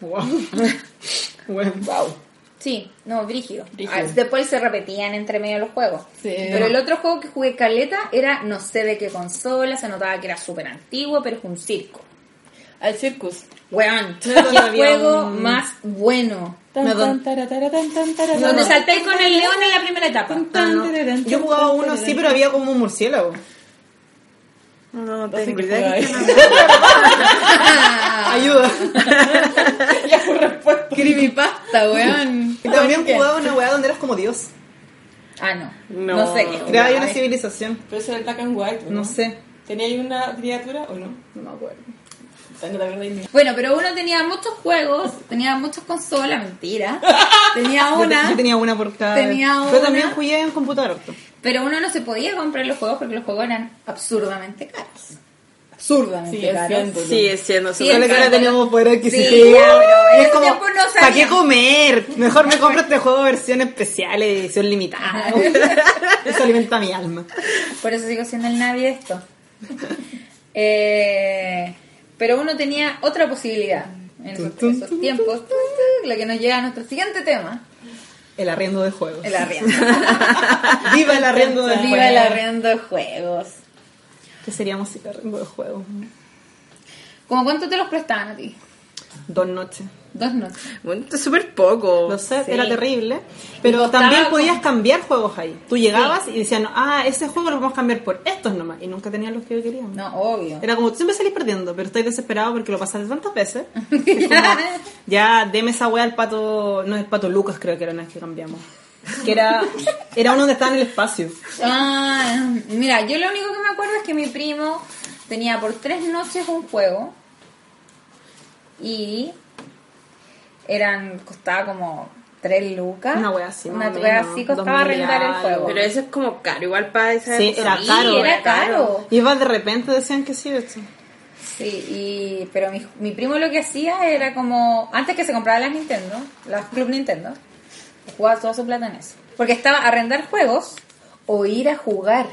Speaker 4: Wow.
Speaker 1: (laughs)
Speaker 4: bueno, wow.
Speaker 1: Sí, no, brígido.
Speaker 2: Brígido.
Speaker 1: Ah, Después se repetían entre medio los juegos.
Speaker 2: Sí.
Speaker 1: Pero el otro juego que jugué caleta era no sé de qué consola, se notaba que era súper antiguo, pero es un circo.
Speaker 2: Al circus.
Speaker 1: Weón, qué
Speaker 4: Claro, donde había
Speaker 1: juego
Speaker 4: un-
Speaker 1: más bueno.
Speaker 2: Tan,
Speaker 4: No,
Speaker 2: tan, tara, tara, tan, tan, tara,
Speaker 4: No,
Speaker 1: Donde
Speaker 2: tan.
Speaker 1: salté con el león en la primera etapa.
Speaker 4: (laughs)
Speaker 2: Tan,
Speaker 4: No.
Speaker 2: tararán,
Speaker 4: Yo
Speaker 2: tan,
Speaker 4: jugaba
Speaker 2: tan,
Speaker 4: uno
Speaker 2: tararán.
Speaker 4: así, pero había como un murciélago.
Speaker 3: No
Speaker 2: No sé
Speaker 3: tengo
Speaker 2: qué
Speaker 3: idea.
Speaker 2: jugaba
Speaker 3: que-
Speaker 2: eso.
Speaker 4: (laughs) Ayuda.
Speaker 2: (laughs) Ya fue respuesta.
Speaker 1: Creepypasta, weón.
Speaker 4: Y también jugaba una weá donde eras como Dios.
Speaker 1: Ah, no. No,
Speaker 4: No.
Speaker 1: sé qué.
Speaker 4: Creaba ahí una
Speaker 1: Ay,
Speaker 4: civilización.
Speaker 2: Pero eso era el black and white, ¿o
Speaker 4: No sé.
Speaker 2: ¿Tenía ahí una criatura o no? No me acuerdo. Tengo la verdad y mi-
Speaker 1: Bueno, pero uno tenía muchos juegos, tenía muchas consolas,
Speaker 4: (laughs)
Speaker 1: mentira. Tenía
Speaker 4: Yo, te-
Speaker 1: una,
Speaker 4: yo tenía una por cada.
Speaker 1: Tenía
Speaker 4: Pero
Speaker 1: una.
Speaker 4: también jugué en computador. harto.
Speaker 1: pero uno no se podía comprar los juegos porque los juegos eran absurdamente caros. Absurdamente
Speaker 2: Sigue
Speaker 1: caros.
Speaker 2: siendo.
Speaker 3: Sigue siendo
Speaker 1: Sí,
Speaker 3: súper
Speaker 4: Solo que ahora
Speaker 1: claro.
Speaker 4: teníamos poder adquisitivo.
Speaker 1: Sí, ya, pero
Speaker 4: Y
Speaker 1: en
Speaker 4: es
Speaker 1: ese
Speaker 4: como,
Speaker 1: tiempo no
Speaker 4: ¿para qué
Speaker 1: sabíamos".
Speaker 4: comer? Mejor me compro este juego versión especial, edición
Speaker 1: (laughs)
Speaker 4: limitada. Eso alimenta mi alma.
Speaker 1: Por eso sigo siendo el Navi de esto. (laughs) Eh, pero uno tenía otra posibilidad en esos,
Speaker 4: Tum, tum,
Speaker 1: esos tiempos, la que nos lleva a nuestro siguiente tema,
Speaker 4: El arriendo de juegos.
Speaker 1: el arriendo.
Speaker 4: (laughs) Viva el arriendo de juegos.
Speaker 1: Viva el arriendo de juegos.
Speaker 4: ¿Qué seríamos sin arriendo de juegos?
Speaker 1: ¿Cómo cuánto te los prestaban a ti?
Speaker 4: Dos noches.
Speaker 1: Dos noches.
Speaker 3: Bueno, esto es súper poco.
Speaker 4: Lo sé,
Speaker 1: Sí.
Speaker 4: era terrible. Pero
Speaker 1: costaba
Speaker 4: también
Speaker 1: como-
Speaker 4: podías cambiar juegos ahí. Tú llegabas y decían, ah, ese juego lo vamos a cambiar por estos nomás. Y nunca tenían los que queríamos.
Speaker 1: No, (laughs) obvio.
Speaker 4: Era como, tú siempre salís perdiendo, pero estoy desesperado porque lo pasaste tantas veces. Es como, ya, deme esa wea al pato, no, el pato Lucas creo que era una vez que cambiamos.
Speaker 1: (laughs)
Speaker 4: Que era, era uno donde estaba en el espacio.
Speaker 1: Ah, mira, yo lo único que me acuerdo es que mi primo tenía por tres noches un juego y eran costaba como tres lucas.
Speaker 4: Una wea así, más
Speaker 1: Una
Speaker 4: o
Speaker 1: wea
Speaker 4: menos,
Speaker 1: así
Speaker 4: dos
Speaker 1: costaba
Speaker 4: mil
Speaker 1: arrendar el
Speaker 4: algo.
Speaker 1: juego.
Speaker 3: Pero eso es como caro, igual para esa
Speaker 4: Sí,
Speaker 3: época.
Speaker 4: era
Speaker 1: sí,
Speaker 4: caro.
Speaker 1: era caro.
Speaker 4: Y iba de repente decían que sí, de hecho.
Speaker 1: Sí, y, pero mi, mi primo lo que hacía era como, antes que se comprara las Nintendo, las Club Nintendo, jugaba toda su plata en eso. Porque estaba arrendar juegos o ir a jugar.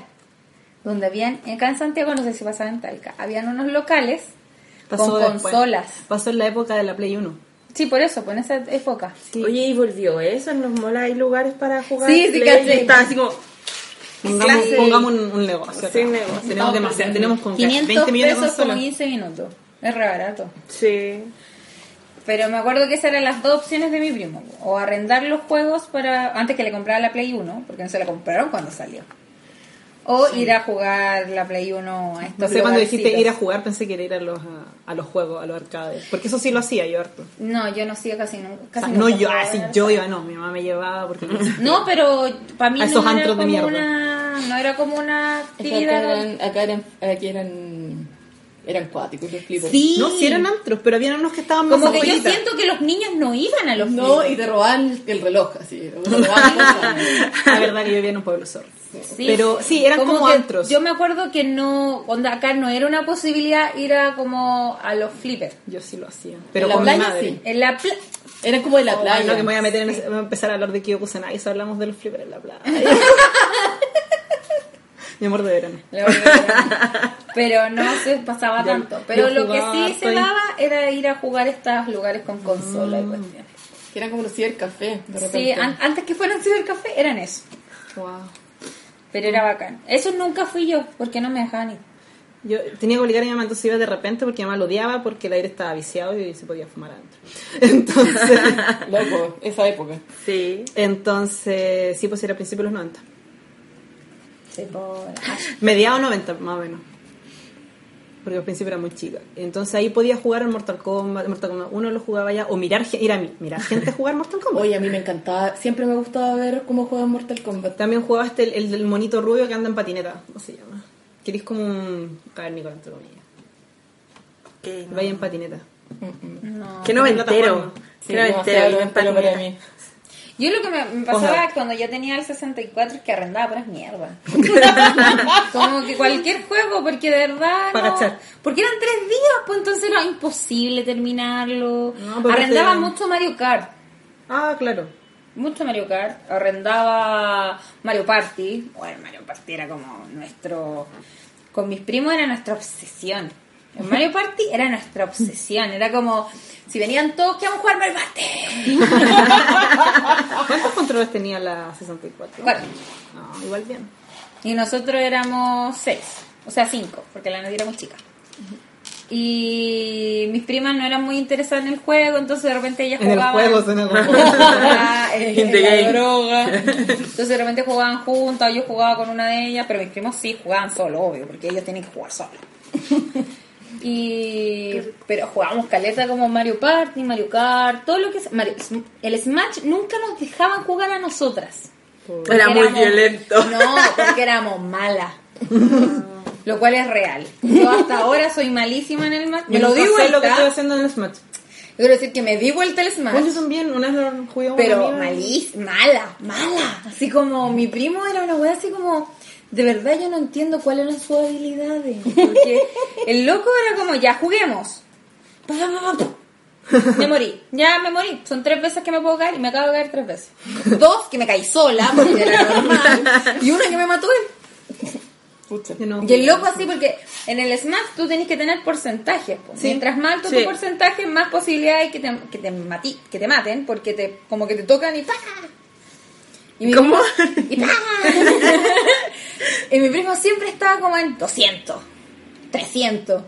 Speaker 1: Donde habían, acá en Santiago, no sé si pasaba en Talca, habían unos locales con
Speaker 4: después.
Speaker 1: consolas.
Speaker 4: Pasó en la época de la Play 1.
Speaker 1: Sí, por eso, pues en esa época.
Speaker 4: Sí.
Speaker 3: Oye, y volvió eso, en los molas hay lugares para jugar.
Speaker 1: Sí, sí,
Speaker 3: Play,
Speaker 1: caché.
Speaker 3: y Estaba así como,
Speaker 4: Pongamos,
Speaker 3: Clase.
Speaker 4: pongamos un, un negocio. acá.
Speaker 3: Sí, negocio.
Speaker 4: Tenemos demasiado, tenemos como que
Speaker 1: 500
Speaker 4: 20 millones de
Speaker 1: Ah, pesos con
Speaker 4: consolas.
Speaker 1: 15 minutos. Es re barato.
Speaker 3: sí.
Speaker 1: Pero me acuerdo que esas eran las dos opciones de mi primo. O arrendar los juegos para antes que le comprara la Play 1, porque no se la compraron cuando salió. O ir a jugar la Play 1 a estos
Speaker 4: No sé, cuando
Speaker 1: lugarcitos.
Speaker 4: dijiste ir a jugar pensé que era ir a los, a, a los juegos, a los arcades. Porque eso sí lo hacía yo harto.
Speaker 1: No, yo no sigo casi nunca.
Speaker 4: O sea,
Speaker 1: casi
Speaker 4: Ah, no
Speaker 1: nunca
Speaker 4: yo,
Speaker 1: jugaba
Speaker 4: así
Speaker 1: al-
Speaker 4: yo iba, no, mi mamá me llevaba porque...
Speaker 1: No, pero para mí
Speaker 4: A
Speaker 1: no
Speaker 4: esos
Speaker 1: era
Speaker 4: antros de
Speaker 1: como
Speaker 4: mierda.
Speaker 1: una... No era como una
Speaker 2: Es que Acá
Speaker 1: actividad...
Speaker 2: eran, acá eran, aquí eran, eran cuáticos, te explico.
Speaker 1: Sí.
Speaker 4: No, sí eran antros, pero había unos que estaban más
Speaker 1: Como que yo
Speaker 4: afuerita.
Speaker 1: siento que los niños no iban a los
Speaker 2: No,
Speaker 1: clubes.
Speaker 2: y te robaban el, el reloj, así. te (laughs) robaban cosas.
Speaker 4: La verdad que yo vivía en un pueblo sordo.
Speaker 1: Sí.
Speaker 4: Pero sí, eran como,
Speaker 1: que
Speaker 4: antros.
Speaker 1: Yo me acuerdo que no, onda, acá no era una posibilidad ir a como a los flippers.
Speaker 4: Yo sí lo hacía. Pero
Speaker 2: la
Speaker 4: con mi
Speaker 2: playa,
Speaker 4: madre.
Speaker 2: sí.
Speaker 1: En la pla-
Speaker 2: Eran como de la
Speaker 4: Ay, no,
Speaker 2: playa.
Speaker 4: que me voy a meter en ese- voy a empezar a hablar de Kiyokusanai, si hablamos de los flippers en la
Speaker 2: (laughs)
Speaker 4: playa. mi amor de verano.
Speaker 1: la
Speaker 4: (laughs)
Speaker 1: verdad. pero no se pasaba
Speaker 4: Yo-
Speaker 1: tanto. Pero
Speaker 4: yo
Speaker 1: lo que
Speaker 4: jugaba
Speaker 1: sí se
Speaker 4: harto y-
Speaker 1: daba era ir a jugar a estos lugares con consola y cuestiones.
Speaker 2: Que eran como los cibercafés, de repente.
Speaker 1: Sí, an- antes que fueran cibercafé eran eso.
Speaker 2: Wow.
Speaker 1: Pero era bacán. Eso nunca fui yo, porque no me dejaban ir.
Speaker 4: Yo tenía que obligar a mi mamá, entonces iba de repente porque mi mamá lo odiaba porque el aire estaba viciado y se podía fumar adentro. (laughs) Entonces,
Speaker 2: (laughs) Loco, esa época.
Speaker 3: Sí.
Speaker 4: entonces sí, pues era a principios de los 90.
Speaker 1: Sí, por-
Speaker 4: Mediados 90, más o menos. porque al principio era muy chica. Entonces ahí podía jugar en Mortal Kombat, Mortal Kombat 1 lo jugaba ya, o mirar, gen- ir a mi- mirar gente jugar Mortal Kombat.
Speaker 3: Oye, a mí me encantaba, siempre me ha gustado ver cómo juegan Mortal Kombat.
Speaker 4: También jugaba este, el, el del monito rubio que anda en patineta, ¿cómo se llama? Que eres como un cavernícola, entre comillas. Vaya en patineta.
Speaker 2: Mm,
Speaker 1: Ah,
Speaker 3: Que
Speaker 4: no me entero.
Speaker 3: Que no me entero.
Speaker 2: lo entero para mí.
Speaker 1: Yo lo que me, me pasaba cuando yo tenía el 64 es que arrendaba puras mierdas.
Speaker 4: (laughs)
Speaker 1: Como que cualquier juego, porque de verdad.
Speaker 4: Para
Speaker 1: no-
Speaker 4: cachar.
Speaker 1: porque eran tres días, pues entonces era imposible terminarlo.
Speaker 4: No, este- porque
Speaker 1: arrendaba
Speaker 4: te-
Speaker 1: mucho Mario Kart.
Speaker 4: Ah, claro.
Speaker 1: Mucho Mario Kart. Arrendaba Mario Party. Bueno, Mario Party era como nuestro. Con mis primos era nuestra obsesión. En
Speaker 4: (laughs)
Speaker 1: Mario Party era nuestra obsesión. Era como. Si venían todos, que vamos a jugar Mario Party.
Speaker 4: ¿Cuántos controles tenía la
Speaker 1: Ah.
Speaker 4: 64? (laughs)
Speaker 1: Cuatro.
Speaker 4: No, igual bien.
Speaker 1: Y nosotros éramos seis, o sea, cinco, porque la Nadia era muy chica. Y mis primas no eran muy interesadas en el juego, entonces de repente ellas
Speaker 4: En el
Speaker 1: jugaban. (laughs)
Speaker 4: juego, en el
Speaker 1: Ah, en-
Speaker 2: In the
Speaker 1: en la
Speaker 2: game.
Speaker 1: droga. Entonces de repente jugaban juntas, yo jugaba con una de ellas, pero mis primos sí jugaban solo, obvio, porque ellos tienen que jugar solos. Y, pero jugábamos caleta como Mario Party, Mario Kart, todo lo que es. Mario- el Smash nunca nos dejaban jugar a nosotras. Porque
Speaker 3: Era muy
Speaker 1: éramos-
Speaker 3: violento.
Speaker 1: (laughs) No, porque éramos
Speaker 4: (laughs)
Speaker 1: malas. Lo cual es real. Yo hasta ahora soy malísima en el Smash. Me
Speaker 4: Yo
Speaker 1: lo
Speaker 4: nunca
Speaker 1: di
Speaker 4: sé lo que estoy
Speaker 1: vuelta.
Speaker 4: haciendo en el Smash.
Speaker 1: Quiero decir que me di vuelta el Smash.
Speaker 4: Bueno, yo también, una vez lo jugué a una
Speaker 1: Pero
Speaker 4: amiga.
Speaker 1: malís, mala, mala. Así como mi primo era una weá así como. De verdad yo no entiendo cuáles eran sus habilidades. Porque el loco era como, ya juguemos. Pa, pa, pa, pa. Me morí, ya me morí. Son tres veces que me puedo caer y me acabo de caer tres veces. Dos que me caí sola, porque era normal. Y una que me mató él.
Speaker 4: Yo no
Speaker 1: Y el
Speaker 4: jugué.
Speaker 1: loco así, porque en el Smash tú tenés que tener porcentajes. po. Mientras más alto
Speaker 3: Sí.
Speaker 1: tu porcentaje, más posibilidad hay que te, que te, matí- que te maten, porque te, como que te tocan y ¡pa! Y mi
Speaker 3: ¿Cómo?
Speaker 1: primo- y ¡pa! (laughs) y mi primo siempre estaba como en 200, 300.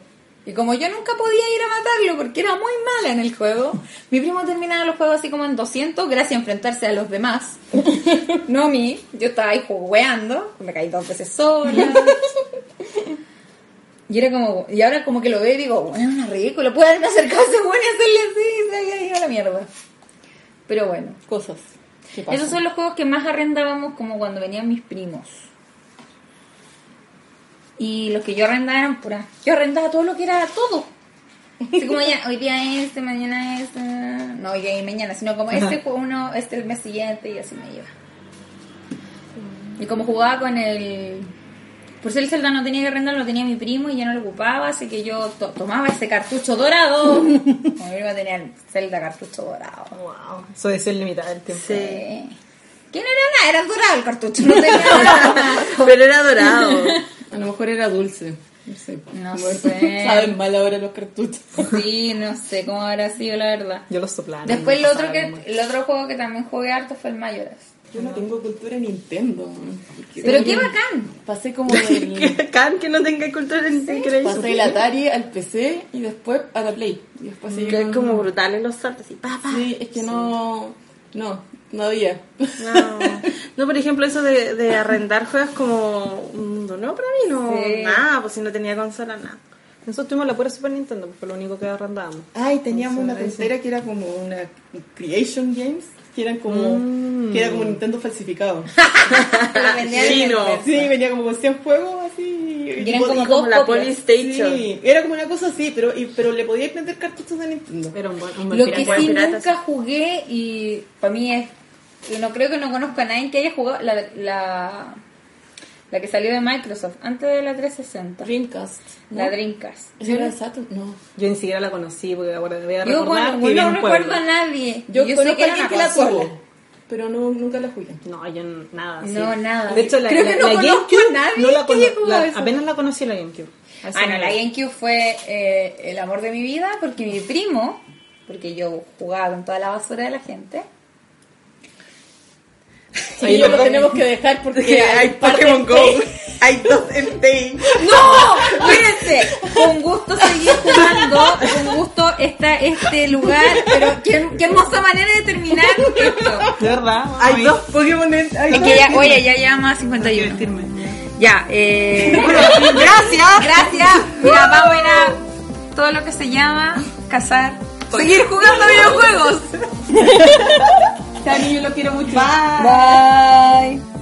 Speaker 1: Y como yo nunca podía ir a matarlo porque era muy mala en el juego, mi primo terminaba los juegos así como en 200 gracias a enfrentarse a los demás. No a mí, yo estaba ahí jugueando, me caí dos veces sola. Y era como, y ahora como que lo veo y digo, bueno, es una ridícula, puede haberme acercado a ese weón y hacerle así, se había ido a la mierda. Pero bueno,
Speaker 2: Cosas. que pasan.
Speaker 1: esos son los juegos que más arrendábamos como cuando venían mis primos. Y los que yo arrendaba eran puras. Yo arrendaba todo lo que era todo. Así como ya, hoy día este, mañana este. No hoy día y mañana, sino como este juego uno, este el mes siguiente y así me iba. Y como jugaba con el. Por ser el Zelda no tenía que arrendar, lo tenía mi primo y ya no lo ocupaba, así que yo to- tomaba ese cartucho dorado. mi primo tenía el Zelda cartucho dorado.
Speaker 4: Wow, eso de ser limitada el tiempo.
Speaker 1: Sí. Que no era nada, era dorado el cartucho, no tenía nada.
Speaker 3: Pero era
Speaker 4: (laughs)
Speaker 3: dorado.
Speaker 2: A lo mejor era dulce. No sé.
Speaker 1: No sé.
Speaker 2: (laughs) Saben mal ahora los cartuchos.
Speaker 1: Sí, no sé cómo habrá sido la verdad.
Speaker 4: Yo los soplaba. no
Speaker 1: Después el
Speaker 4: me
Speaker 1: otro
Speaker 4: pasaba
Speaker 1: que
Speaker 4: como-
Speaker 1: el otro juego que también jugué harto fue el Mayoras.
Speaker 2: Yo no tengo cultura Nintendo.
Speaker 1: Pero qué bacán.
Speaker 2: Pasé (laughs) como del...
Speaker 3: Can que no tenga cultura ni increíble.
Speaker 2: Pasé el Atari al PC y después a la Play. Y después seguí
Speaker 3: Que es
Speaker 2: con-
Speaker 3: como brutal en los saltos. así, pa, pa.
Speaker 2: Mm. Sí, es que no... No, no había.
Speaker 3: No. no, por ejemplo, eso de, de arrendar juegos como un mundo nuevo para mí, no.
Speaker 1: Sí.
Speaker 3: Nada, pues si no tenía consola, nada.
Speaker 4: Nosotros tuvimos la pura Super Nintendo, porque fue lo único que arrendábamos.
Speaker 2: Ay, teníamos una tontera que era como una Creation Games, que eran como... Que era como Nintendo (laughs) falsificado.
Speaker 1: Te lo vendían en el
Speaker 3: Chino.
Speaker 1: Red.
Speaker 2: Sí, venía como con 100 juegos así.
Speaker 1: Y eran como
Speaker 3: Como
Speaker 1: dos
Speaker 3: la
Speaker 1: copias.
Speaker 3: Polystation.
Speaker 2: Sí, era como una cosa así, pero, y- pero le podías vender cartuchos de Nintendo.
Speaker 4: Era un buen, un buen
Speaker 1: Lo que
Speaker 4: pirata.
Speaker 1: sí
Speaker 3: pirata,
Speaker 1: nunca jugué y para mí es y no creo que no conozca a nadie que haya jugado la, la la que salió de Microsoft antes de la 360,
Speaker 2: Dreamcast. ¿no?
Speaker 1: la Dreamcast.
Speaker 2: ¿Ese era el Saturn? No.
Speaker 4: Yo ni siquiera la conocí, porque ahora voy a
Speaker 1: Yo
Speaker 4: recordar
Speaker 1: bueno,
Speaker 4: que viene
Speaker 1: no
Speaker 4: un
Speaker 1: recuerdo
Speaker 4: pueblo.
Speaker 1: a nadie.
Speaker 2: Yo,
Speaker 1: sé
Speaker 2: conozco
Speaker 1: que
Speaker 2: a
Speaker 1: era
Speaker 2: alguien que
Speaker 1: una
Speaker 2: la
Speaker 1: consola.
Speaker 2: tuvo, pero no, nunca la jugué.
Speaker 4: No, yo n- nada. sí.
Speaker 1: No, nada.
Speaker 4: De hecho, la,
Speaker 1: Creo
Speaker 4: la-
Speaker 1: que no
Speaker 4: la
Speaker 1: conozco
Speaker 4: GameCube
Speaker 1: a nadie
Speaker 4: no la
Speaker 1: que
Speaker 4: cono-
Speaker 1: haya jugado
Speaker 4: la-
Speaker 1: eso.
Speaker 4: Apenas la conocí la GameCube. Así
Speaker 1: Ah, no,
Speaker 4: que-
Speaker 1: la GameCube fue eh, el amor de mi vida porque mi primo, porque yo jugaba con toda la basura de la gente.
Speaker 2: Sí, yo lo tenemos que dejar (laughs) porque
Speaker 1: (laughs)
Speaker 2: hay
Speaker 3: Pokémon Go. Hay dos en Play.
Speaker 1: ¡No! Espérense. Un gusto seguir jugando. Un gusto está este lugar. Pero qué, qué hermosa manera de terminar esto.
Speaker 4: De verdad.
Speaker 3: Hay
Speaker 4: ay,
Speaker 3: dos Pokémon en. Hay
Speaker 1: Es
Speaker 3: dos.
Speaker 1: que ya, oye, ya llevamos a 51. Ya, eh, (laughs) gracias. Gracias. Mira, vamos a ir a todo lo que se llama casar. (laughs) Seguir jugando videojuegos.
Speaker 5: Dani, yo lo quiero mucho.
Speaker 1: Bye.